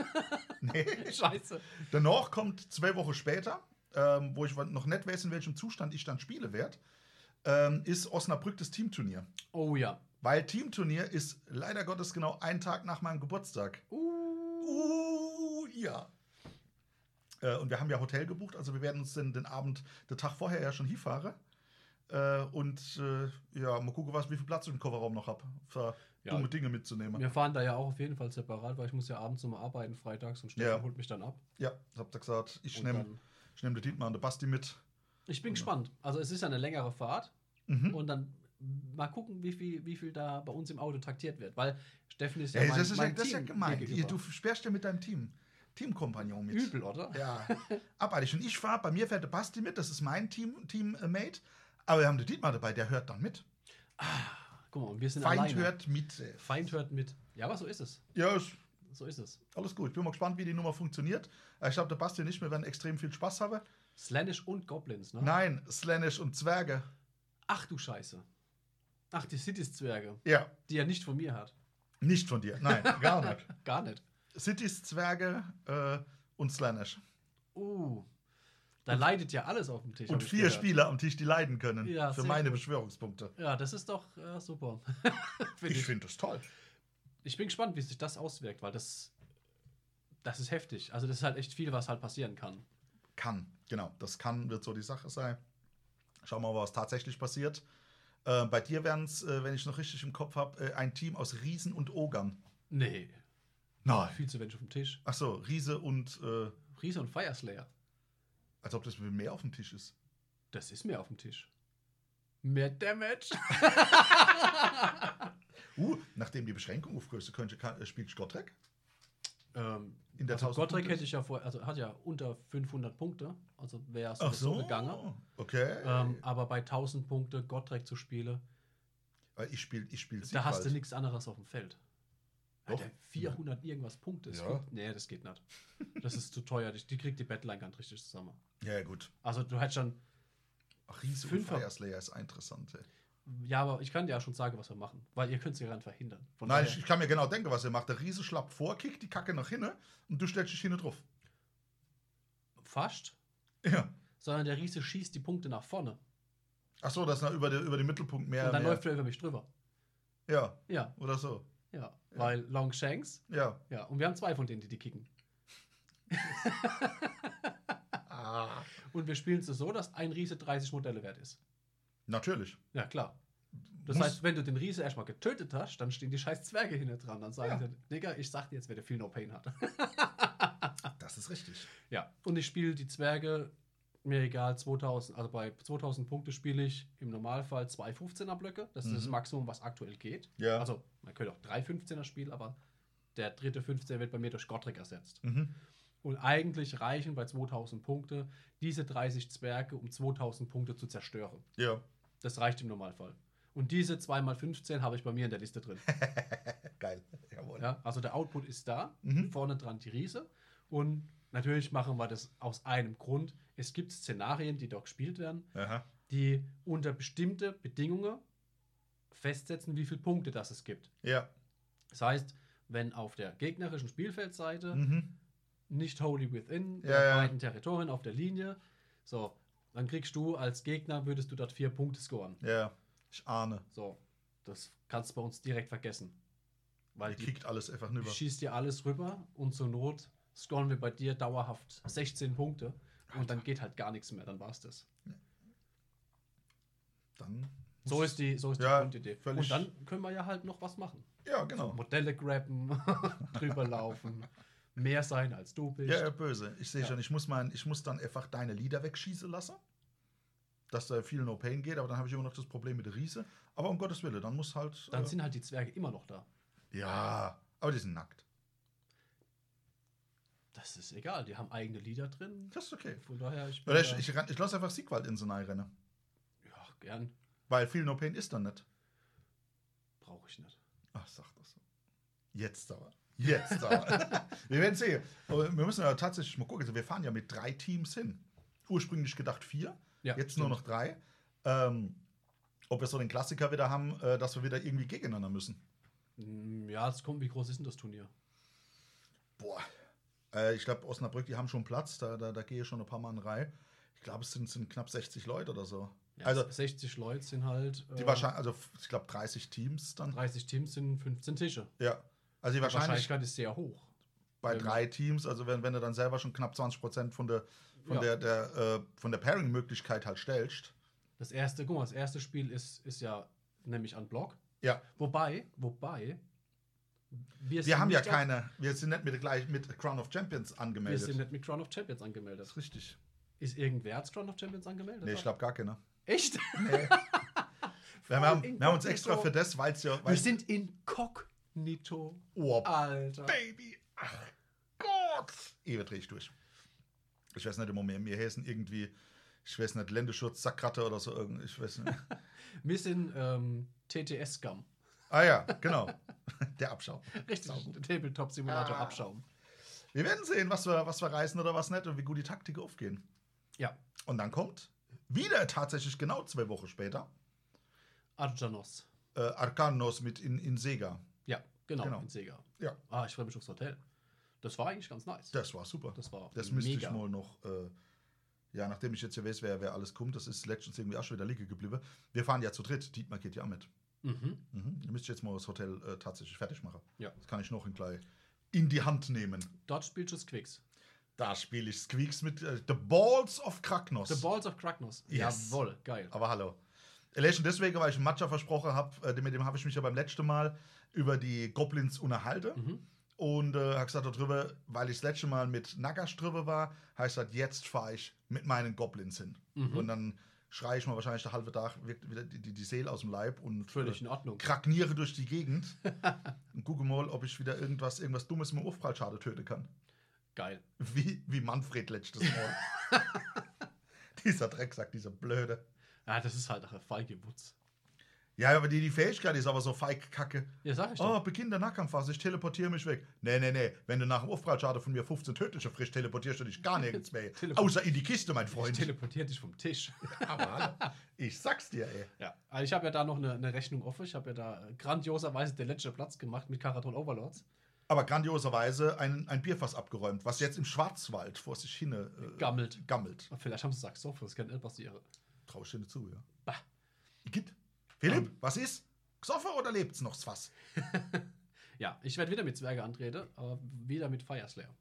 Speaker 2: Nee.
Speaker 1: Scheiße.
Speaker 2: Danach kommt zwei Wochen später, ähm, wo ich noch nicht weiß, in welchem Zustand ich dann spiele werde, ähm, ist Osnabrück das Teamturnier.
Speaker 1: Oh ja.
Speaker 2: Weil Teamturnier ist leider Gottes genau ein Tag nach meinem Geburtstag.
Speaker 1: Uh.
Speaker 2: Uh, ja. Äh, und wir haben ja Hotel gebucht, also wir werden uns den, den Abend, den Tag vorher ja schon hinfahren. Äh, und äh, ja, mal gucken, was, wie viel Platz ich im Kofferraum noch habe, für
Speaker 1: Ja.
Speaker 2: dumme Dinge mitzunehmen.
Speaker 1: Wir fahren da ja auch auf jeden Fall separat, weil ich muss ja abends nochmal arbeiten, freitags, und Stefan
Speaker 2: Ja.
Speaker 1: holt mich dann ab.
Speaker 2: Ja, ich hab da gesagt, ich
Speaker 1: Und
Speaker 2: nehme
Speaker 1: dann-
Speaker 2: nehm den Dietmar und den Basti mit.
Speaker 1: ich bin
Speaker 2: Genau.
Speaker 1: gespannt. Also es ist ja eine längere Fahrt.
Speaker 2: Mhm.
Speaker 1: und dann mal gucken, wie viel, wie viel da bei uns im Auto taktiert wird. Weil Steffen ist ja,
Speaker 2: Ey,
Speaker 1: mein,
Speaker 2: das, ist ja,
Speaker 1: mein
Speaker 2: das ist ja
Speaker 1: Team
Speaker 2: gemein.
Speaker 1: gegenüber.
Speaker 2: Ihr, du sperrst ja mit deinem Team. Teamkompagnon mit.
Speaker 1: Übel, oder?
Speaker 2: Ja, abartig. Und ich fahre, bei mir fährt der Basti mit, das ist mein Team, Teammate. Aber wir haben den Dietmar dabei, der hört dann mit.
Speaker 1: Guck mal, wir sind
Speaker 2: Feind
Speaker 1: alleine.
Speaker 2: hört mit. äh,
Speaker 1: Feind hört mit. Ja, aber so ist es.
Speaker 2: Ja, ist
Speaker 1: So ist es.
Speaker 2: alles gut. Ich bin mal gespannt, wie die Nummer funktioniert. Äh, Ich glaube, der Basti und ich, wir werden extrem viel Spaß haben.
Speaker 1: Slanish und Goblins, ne?
Speaker 2: Nein, Slanish und Zwerge.
Speaker 1: Ach du Scheiße. Ach, die Cities-Zwerge,
Speaker 2: Ja,
Speaker 1: die er nicht von mir hat.
Speaker 2: nicht von dir. Nein, gar nicht.
Speaker 1: Gar nicht.
Speaker 2: Cities, Zwerge äh, und Slanish.
Speaker 1: Uh. Da leidet ja alles auf dem Tisch. hab
Speaker 2: Und
Speaker 1: ich
Speaker 2: vier
Speaker 1: gehört.
Speaker 2: Spieler am Tisch, die leiden können.
Speaker 1: Ja,
Speaker 2: für
Speaker 1: sehr
Speaker 2: meine
Speaker 1: gut.
Speaker 2: Beschwörungspunkte.
Speaker 1: Ja, das ist doch äh, super. Find
Speaker 2: Ich
Speaker 1: ich.
Speaker 2: finde das toll.
Speaker 1: ich bin gespannt, wie sich das auswirkt, weil das. Das ist heftig. Also, das ist halt echt viel, was halt passieren kann.
Speaker 2: Kann, genau. Das kann, wird so die Sache sein. Schauen wir mal, was tatsächlich passiert. Äh, bei dir wären es, äh, wenn ich noch richtig im Kopf habe, äh, ein Team aus Riesen und Ogern.
Speaker 1: Nee.
Speaker 2: Nein.
Speaker 1: Viel zu wenig auf dem Tisch.
Speaker 2: Ach so, Riese und, äh,
Speaker 1: Riese und Fireslayer.
Speaker 2: als ob das mit mehr auf dem Tisch ist.
Speaker 1: Das ist mehr auf dem Tisch. Mehr Damage.
Speaker 2: Uh, nachdem die Beschränkung aufgelöst könnte, kann, äh, spielt Gottrek.
Speaker 1: ähm,
Speaker 2: In der
Speaker 1: also
Speaker 2: 1000
Speaker 1: Gottrek
Speaker 2: Punkte-
Speaker 1: hätte ich ja vorher, also hat ja unter 500 Punkte, also wäre
Speaker 2: Ach
Speaker 1: es
Speaker 2: so,
Speaker 1: gegangen.
Speaker 2: Okay.
Speaker 1: Ähm, aber bei 1000 Punkte Gottrek zu spielen,
Speaker 2: Weil ich spiele ich spiel halt.
Speaker 1: da hast du
Speaker 2: Siegwald.
Speaker 1: nichts anderes auf dem Feld.
Speaker 2: Doch.
Speaker 1: Alter, 400 irgendwas Punkte. Das
Speaker 2: Ja.
Speaker 1: fun- Nee, das geht nicht. Das ist zu teuer. Die, die kriegt die Battleline gar nicht richtig zusammen.
Speaker 2: Ja, ja, gut.
Speaker 1: Also du hättest schon,
Speaker 2: Ach, Riese
Speaker 1: Fünfer-
Speaker 2: und Fireslayer ist interessant. Ey.
Speaker 1: ja, aber ich kann dir ja schon sagen, was wir machen, weil ihr könnt es ja gar nicht verhindern. Von
Speaker 2: Nein, ich,
Speaker 1: daher-
Speaker 2: ich kann mir genau denken, was er macht. Der Riese schlappt vor, kickt die Kacke nach hinten und du stellst dich hinten drauf.
Speaker 1: fast,
Speaker 2: Ja.
Speaker 1: sondern der Riese schießt die Punkte nach vorne
Speaker 2: Ach so, dass er über, den- über den Mittelpunkt mehr.
Speaker 1: und dann
Speaker 2: mehr.
Speaker 1: läuft er über mich drüber.
Speaker 2: ja,
Speaker 1: Ja,
Speaker 2: oder so.
Speaker 1: ja, weil Long Shanks,
Speaker 2: Ja.
Speaker 1: ja, und wir haben zwei von denen, die die kicken.
Speaker 2: Ah.
Speaker 1: Und wir spielen es so, dass ein Riese 30 Modelle wert ist.
Speaker 2: Natürlich.
Speaker 1: Ja, klar. Das
Speaker 2: Muss-
Speaker 1: heißt, wenn du den Riese erstmal getötet hast, dann stehen die scheiß Zwerge hinten dran. Dann sagen
Speaker 2: Ja.
Speaker 1: sie, Digga, ich sag dir jetzt, wer der viel No Pain hat.
Speaker 2: Ah, Das ist richtig.
Speaker 1: ja, und ich spiele die Zwerge, mir egal, 2000, also bei 2000 Punkte spiele ich im Normalfall zwei 15er Blöcke. Das ist das
Speaker 2: Mhm.
Speaker 1: Maximum, was aktuell geht.
Speaker 2: Ja.
Speaker 1: Also, man könnte auch drei 15er spielen, aber der dritte 15er wird bei mir durch Gottrick ersetzt.
Speaker 2: Mhm.
Speaker 1: Und eigentlich reichen bei 2000 Punkte diese 30 Zwerge, um 2000 Punkte zu zerstören.
Speaker 2: Ja.
Speaker 1: Das reicht im Normalfall. Und diese 2x15 habe ich bei mir in der Liste drin.
Speaker 2: Geil. Jawohl.
Speaker 1: Ja, also der Output ist da,
Speaker 2: Mhm.
Speaker 1: vorne dran die Riese. Und natürlich machen wir das aus einem Grund. Es gibt Szenarien, die dort gespielt werden,
Speaker 2: Aha.
Speaker 1: die unter bestimmte Bedingungen festsetzen, wie viele Punkte das es gibt.
Speaker 2: Ja.
Speaker 1: Das heißt, wenn auf der gegnerischen Spielfeldseite
Speaker 2: Mhm.
Speaker 1: nicht wholly within
Speaker 2: Ja,
Speaker 1: der
Speaker 2: ja.
Speaker 1: beiden Territorien auf der Linie. So, dann kriegst du als Gegner, würdest du dort vier Punkte scoren.
Speaker 2: Ja. Ich ahne.
Speaker 1: So, das kannst du bei uns direkt vergessen. Weil
Speaker 2: Ihr
Speaker 1: die,
Speaker 2: kriegt alles einfach rüber.
Speaker 1: schießt dir alles rüber und zur Not scoren wir bei dir dauerhaft 16 Punkte und dann geht halt gar nichts mehr, dann war's das.
Speaker 2: Dann.
Speaker 1: So ist die, so ist die
Speaker 2: Ja,
Speaker 1: Grundidee. Und
Speaker 2: völlig-
Speaker 1: dann können wir ja halt noch was machen.
Speaker 2: Ja, genau.
Speaker 1: Modelle grabben, drüber laufen, mehr sein als du bist.
Speaker 2: Ja, ja, böse. Ich sehe
Speaker 1: Ja.
Speaker 2: schon, ich muss, mein, ich muss dann einfach deine Lieder wegschießen lassen. Dass da viel No Pain geht, aber dann habe ich immer noch das Problem mit der Riese. Aber um Gottes Willen, dann muss halt.
Speaker 1: Dann
Speaker 2: äh,
Speaker 1: sind halt die Zwerge immer noch da.
Speaker 2: ja, aber die sind nackt.
Speaker 1: Das ist egal, die haben eigene Lieder drin.
Speaker 2: Das ist okay.
Speaker 1: Von daher, ich bin
Speaker 2: Oder ich,
Speaker 1: da-
Speaker 2: ich, ran- ich lasse einfach Siegwald in so eine Renne.
Speaker 1: ja, gern
Speaker 2: Weil viel No Pain ist dann nicht.
Speaker 1: brauche ich nicht.
Speaker 2: Ach, sag das so. Jetzt aber. Jetzt aber. wir werden sehen. Aber wir müssen ja tatsächlich mal gucken. Also wir fahren ja mit drei Teams hin. Ursprünglich gedacht vier,
Speaker 1: Ja,
Speaker 2: jetzt nur noch drei. Ähm, ob wir so den Klassiker wieder haben, äh, dass wir wieder irgendwie gegeneinander müssen.
Speaker 1: Mm, Ja, es kommt, wie groß ist denn das Turnier?
Speaker 2: Boah. Äh, ich glaube, Osnabrück, die haben schon Platz. Da, da, da gehe ich schon ein paar Mal in Reihe. Ich glaube, es sind, sind knapp 60 Leute oder so.
Speaker 1: Ja,
Speaker 2: also,
Speaker 1: 60 Leute sind halt.
Speaker 2: die
Speaker 1: äh,
Speaker 2: wahrscheinlich, also ich glaube, 30 Teams dann.
Speaker 1: 30 Teams sind 15 Tische.
Speaker 2: Ja. Also, die
Speaker 1: Die
Speaker 2: wahrscheinlich
Speaker 1: Wahrscheinlichkeit ist sehr hoch.
Speaker 2: bei
Speaker 1: Wenn man-
Speaker 2: drei Teams, also wenn, wenn du dann selber schon knapp 20 Prozent von der, von
Speaker 1: Ja.
Speaker 2: der, der, äh, von der Pairing-Möglichkeit halt stellst.
Speaker 1: Das erste, guck mal, das erste Spiel ist, ist ja nämlich an Block.
Speaker 2: Ja,
Speaker 1: Wobei, wobei.
Speaker 2: wir
Speaker 1: sind
Speaker 2: haben ja
Speaker 1: nicht-
Speaker 2: keine, wir sind nicht mit, gleich mit Crown of Champions
Speaker 1: Wir
Speaker 2: angemeldet.
Speaker 1: sind nicht mit Crown of Champions
Speaker 2: das
Speaker 1: angemeldet.
Speaker 2: ist richtig.
Speaker 1: Ist irgendwer als Crown of Champions angemeldet?
Speaker 2: Nee, ich glaube gar keine.
Speaker 1: Echt?
Speaker 2: Wir haben, wir haben uns
Speaker 1: Inkognito.
Speaker 2: extra für das, weil es ja.
Speaker 1: Wir
Speaker 2: Weil
Speaker 1: sind Ah. inkognito.
Speaker 2: oh,
Speaker 1: Alter.
Speaker 2: Baby, ach Gott. Ewe drehe ich durch. Ich weiß nicht, im Moment, mir hessen irgendwie ich weiß nicht, Ländeschutz, Sackratte oder so irgendwie, ich weiß nicht.
Speaker 1: Wir sind ähm, TTS-Scum.
Speaker 2: Ah ja, genau. Der Abschaum.
Speaker 1: Richtig,
Speaker 2: Saugut.
Speaker 1: Tabletop-Simulator
Speaker 2: Ah.
Speaker 1: Abschaum.
Speaker 2: Wir werden sehen, was wir, was wir reißen oder was nicht und wie gut die Taktik aufgehen.
Speaker 1: Ja,
Speaker 2: Und dann kommt wieder tatsächlich genau zwei Wochen später
Speaker 1: Arjanos.
Speaker 2: äh, Arcanos mit in, in Sega.
Speaker 1: Ja, genau,
Speaker 2: Genau.
Speaker 1: in Sega.
Speaker 2: Ja.
Speaker 1: Ah, ich freue mich aufs Hotel. Das war eigentlich ganz nice.
Speaker 2: Das war super. Das,
Speaker 1: Das war
Speaker 2: müsste
Speaker 1: mega.
Speaker 2: ich mal noch. Äh, ja, nachdem ich jetzt hier weiß, wer, wer alles kommt, das ist letztens irgendwie auch schon wieder liegen geblieben. Wir fahren ja zu dritt. Dietmar geht ja auch mit.
Speaker 1: Mhm.
Speaker 2: Mhm. Ihr müsst jetzt mal das Hotel äh, tatsächlich fertig machen.
Speaker 1: Ja.
Speaker 2: Das kann ich noch in gleich in die Hand nehmen.
Speaker 1: Dort spielt es Quicks.
Speaker 2: Da spiele ich Squeaks mit äh, The Balls of Kraknos.
Speaker 1: The Balls of Kragnos.
Speaker 2: Yes.
Speaker 1: Jawohl, geil.
Speaker 2: Aber hallo. Election deswegen, weil ich einen Matcha versprochen habe, äh, mit dem habe ich mich ja beim letzten Mal über die Goblins unterhalten.
Speaker 1: Mhm.
Speaker 2: Und äh, habe gesagt, darüber, weil ich das letzte Mal mit Nagash drüber war, habe ich gesagt, jetzt fahre ich mit meinen Goblins hin.
Speaker 1: Mhm.
Speaker 2: Und dann schreie ich mal wahrscheinlich den halben Tag wirkt wieder die, die, die Seele aus dem Leib und
Speaker 1: Völlig
Speaker 2: äh,
Speaker 1: in Ordnung.
Speaker 2: krakniere durch die Gegend und gucke mal, ob ich wieder irgendwas, irgendwas Dummes mit dem Aufprallschade töten kann.
Speaker 1: Geil.
Speaker 2: Wie, wie Manfred letztes Mal. dieser Drecksack, dieser Blöde.
Speaker 1: Ah, das ist halt eine feige Wutz.
Speaker 2: Ja, aber die, die Fähigkeit ist aber so feig kacke.
Speaker 1: Ja, sag ich
Speaker 2: Oh,
Speaker 1: doch.
Speaker 2: Beginn der Nahkampfphase, ich teleportiere mich weg. Nee, nee, nee, wenn du nach dem Aufprallschade von mir 15 tödliche frisch teleportierst, du dich gar nirgends mehr.
Speaker 1: Teleport-
Speaker 2: Außer in die Kiste, mein
Speaker 1: ich Ah,
Speaker 2: Freund.
Speaker 1: teleportiere dich vom Tisch.
Speaker 2: Aber hallo, ich sag's dir, ey.
Speaker 1: ja. Also ich habe ja da noch eine, eine Rechnung offen. Ich habe ja da äh, grandioserweise den letzten Platz gemacht mit Karaton Overlords.
Speaker 2: Aber grandioserweise ein, ein Bierfass abgeräumt, was jetzt im Schwarzwald vor sich hin äh,
Speaker 1: Gammelt.
Speaker 2: gammelt.
Speaker 1: Und vielleicht haben sie gesagt, so, das kann nicht passieren.
Speaker 2: Trau ich dir nicht zu, ja.
Speaker 1: Bah. Ähm.
Speaker 2: Igitt. Philipp, was ist? Gesoffen oder lebt's noch das Fass?
Speaker 1: Ja, ich werde wieder mit Zwerge antreten, aber wieder mit Fire Slayer.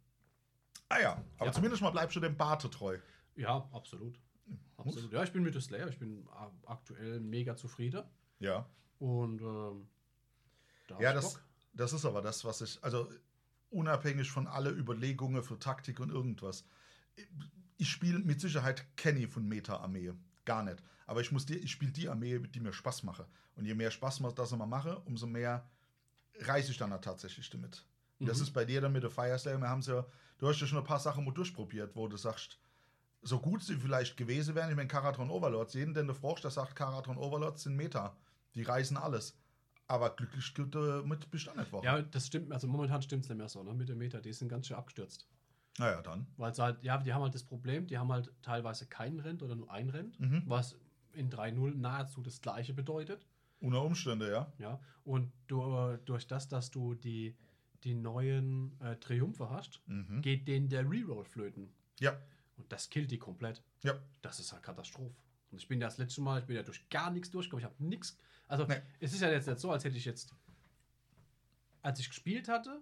Speaker 2: Ah ja, aber
Speaker 1: Ja.
Speaker 2: zumindest mal bleibst du dem Barte treu.
Speaker 1: Ja, absolut. Absolut. Ja, ich bin mit dem Slayer. Ich bin a- aktuell mega zufrieden.
Speaker 2: Ja.
Speaker 1: Und ähm, da hab
Speaker 2: Ja,
Speaker 1: ich
Speaker 2: das,
Speaker 1: Bock.
Speaker 2: das ist aber das, was ich, also unabhängig von alle Überlegungen für Taktik und irgendwas. Ich spiele mit Sicherheit Kenny von Meta-Armee. Gar nicht. Aber ich muss die, ich spiele die Armee, die mir Spaß mache. Und je mehr Spaß macht, das immer mache, umso mehr reiße ich dann auch tatsächlich damit. Und Das
Speaker 1: Mhm.
Speaker 2: ist bei dir dann mit der Fire Slayer. Wir haben's ja, du hast ja schon ein paar Sachen mal durchprobiert, wo du sagst, so gut sie vielleicht gewesen wären, ich meine, Karatron Overlords, jeden, den du fragst, der sagt, Karatron Overlords sind Meta. Die reißen alles. Aber glücklich geht, äh, mit bist du auch nicht Woche.
Speaker 1: Ja, das stimmt. Also momentan stimmt es nicht mehr so, ne? Mit dem Meta, die sind ganz schön abgestürzt.
Speaker 2: Naja, dann.
Speaker 1: Weil sie halt, ja, die haben halt das Problem, die haben halt teilweise keinen Rent oder nur einen Rent,
Speaker 2: Mhm.
Speaker 1: was in 3-0 nahezu das gleiche bedeutet.
Speaker 2: Ohne Umstände, ja.
Speaker 1: Ja. Und du, äh, durch das, dass du die, die neuen äh, Triumphe hast,
Speaker 2: Mhm.
Speaker 1: geht denen der Reroll flöten.
Speaker 2: Ja,
Speaker 1: Und das killt die komplett.
Speaker 2: ja.
Speaker 1: Das ist halt Katastrophe. Und ich bin ja das letzte Mal, ich bin ja durch gar nichts durchgekommen. Ich habe nichts. Also,
Speaker 2: Nee.
Speaker 1: es ist ja jetzt nicht so, als hätte ich jetzt. Als ich gespielt hatte,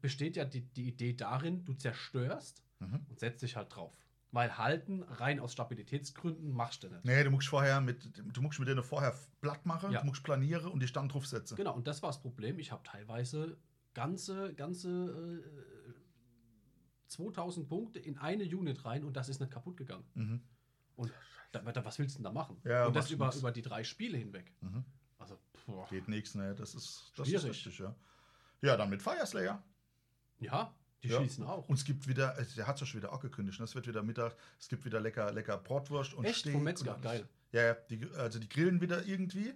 Speaker 1: besteht ja die, die Idee darin, du zerstörst
Speaker 2: Mhm.
Speaker 1: und setzt dich halt drauf. Weil halten, rein aus Stabilitätsgründen, machst du nicht.
Speaker 2: Nee, du musst vorher mit, du musst mit denen vorher platt machen,
Speaker 1: Ja.
Speaker 2: du musst planieren und dich dann draufsetzen.
Speaker 1: Genau, und das war das Problem. Ich habe teilweise ganze, ganze äh, 2000 Punkte in eine Unit rein und das ist nicht kaputt gegangen.
Speaker 2: Mhm.
Speaker 1: Und da, da, was willst du denn da machen?
Speaker 2: Ja,
Speaker 1: und das
Speaker 2: machst
Speaker 1: über,
Speaker 2: nix.
Speaker 1: über die drei Spiele hinweg.
Speaker 2: Mhm.
Speaker 1: Also, boah.
Speaker 2: Geht nichts, ne? Das ist, das ist
Speaker 1: Schwierig.
Speaker 2: richtig, ja. Ja, dann mit Fire Slayer.
Speaker 1: Ja, die
Speaker 2: Ja.
Speaker 1: schießen auch.
Speaker 2: Und es gibt wieder, äh, der hat es ja schon wieder auch gekündigt, ne? es wird wieder Mittag, es gibt wieder lecker, lecker Bratwurst und
Speaker 1: Echt?
Speaker 2: Steak.
Speaker 1: Vom Metzger?
Speaker 2: und,
Speaker 1: Geil.
Speaker 2: Ja, ja, die, also die grillen wieder irgendwie. Äh,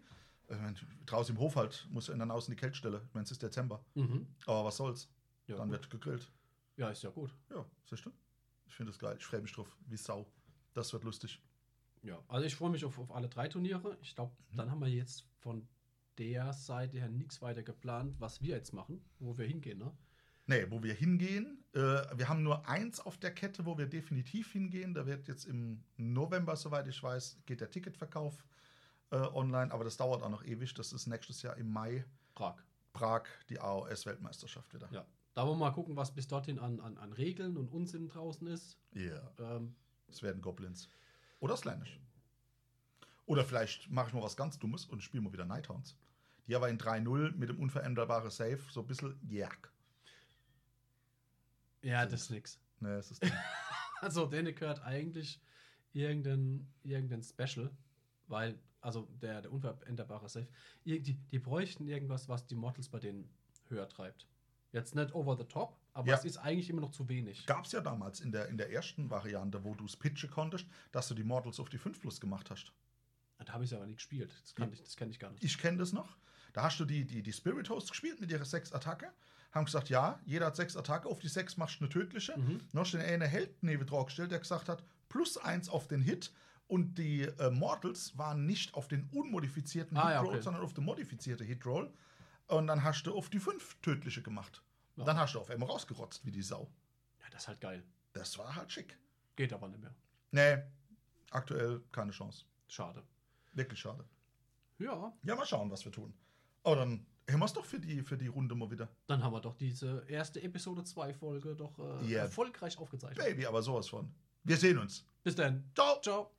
Speaker 2: Ich mein, draußen im Hof halt, muss ja dann außen die Kältstelle. Ich meine, es ist Dezember.
Speaker 1: Mhm.
Speaker 2: Aber was soll's?
Speaker 1: Ja,
Speaker 2: dann
Speaker 1: gut.
Speaker 2: wird gegrillt.
Speaker 1: ja, ist ja gut.
Speaker 2: Ja, siehst du? Ich finde das geil. Ich freue mich drauf. Wie Sau. Das wird lustig.
Speaker 1: Ja. Also ich freue mich auf, auf alle drei Turniere. Ich glaube,
Speaker 2: Mhm.
Speaker 1: dann haben wir jetzt von der Seite her nichts weiter geplant, was wir jetzt machen, wo wir hingehen, ne?
Speaker 2: Nee, wo wir hingehen, äh, wir haben nur eins auf der Kette, wo wir definitiv hingehen. Da wird jetzt im November, soweit ich weiß, geht der Ticketverkauf äh, online. Aber das dauert auch noch ewig. Das ist nächstes Jahr im Mai.
Speaker 1: Prag.
Speaker 2: Prag, die AOS-Weltmeisterschaft wieder.
Speaker 1: Ja. Da wollen wir mal gucken, was bis dorthin an, an, an Regeln und Unsinn draußen ist.
Speaker 2: Ja.
Speaker 1: Ähm,
Speaker 2: Es werden Goblins. Oder Slanish. Oder vielleicht mache ich mal was ganz Dummes und spiele mal wieder Nighthounds. Die aber in 3-0 mit dem unveränderbaren Safe so ein bisschen jerk.
Speaker 1: ja,
Speaker 2: Sind's.
Speaker 1: das ist nix.
Speaker 2: Ne, es ist dumm.
Speaker 1: Also denen gehört eigentlich irgendein, irgendein Special, weil, also der, der unveränderbare Safe, die, die bräuchten irgendwas, was die Models bei denen höher treibt. Jetzt nicht over the top, Aber
Speaker 2: Ja.
Speaker 1: es ist eigentlich immer noch zu wenig.
Speaker 2: Gab es ja damals in der, in der ersten Variante, wo du es pitchen konntest, dass du die Mortals auf die 5 Plus gemacht hast.
Speaker 1: Da habe ich es aber nicht gespielt. Das, kann ich, das kenne ich gar nicht.
Speaker 2: Ich kenne das noch. Da hast du die, die, die Spirit Host gespielt mit ihrer sechs Attacke. Haben gesagt, ja, jeder hat sechs Attacke, auf die sechs machst du eine tödliche.
Speaker 1: Mhm.
Speaker 2: Noch den einen Held neben drauf gestellt, der gesagt hat, plus eins auf den Hit. Und die äh, Mortals waren nicht auf den unmodifizierten
Speaker 1: Ah, ja,
Speaker 2: Hitroll,
Speaker 1: okay.
Speaker 2: sondern auf den modifizierte Hitroll. Und dann hast du auf die fünf tödliche gemacht.
Speaker 1: Ja.
Speaker 2: Und dann hast du auf einmal rausgerotzt wie die Sau.
Speaker 1: Ja, das ist halt geil.
Speaker 2: Das war halt schick.
Speaker 1: Geht aber nicht mehr.
Speaker 2: Nee, aktuell keine Chance.
Speaker 1: Schade.
Speaker 2: Wirklich schade.
Speaker 1: Ja,
Speaker 2: Ja, mal schauen, was wir tun. Aber dann haben wir es doch für die, für die Runde mal wieder.
Speaker 1: dann haben wir doch diese erste Episode 2 Folge doch äh,
Speaker 2: Ja.
Speaker 1: erfolgreich aufgezeichnet.
Speaker 2: Baby, aber sowas von. Wir sehen uns.
Speaker 1: Bis dann.
Speaker 2: Ciao.
Speaker 1: Ciao.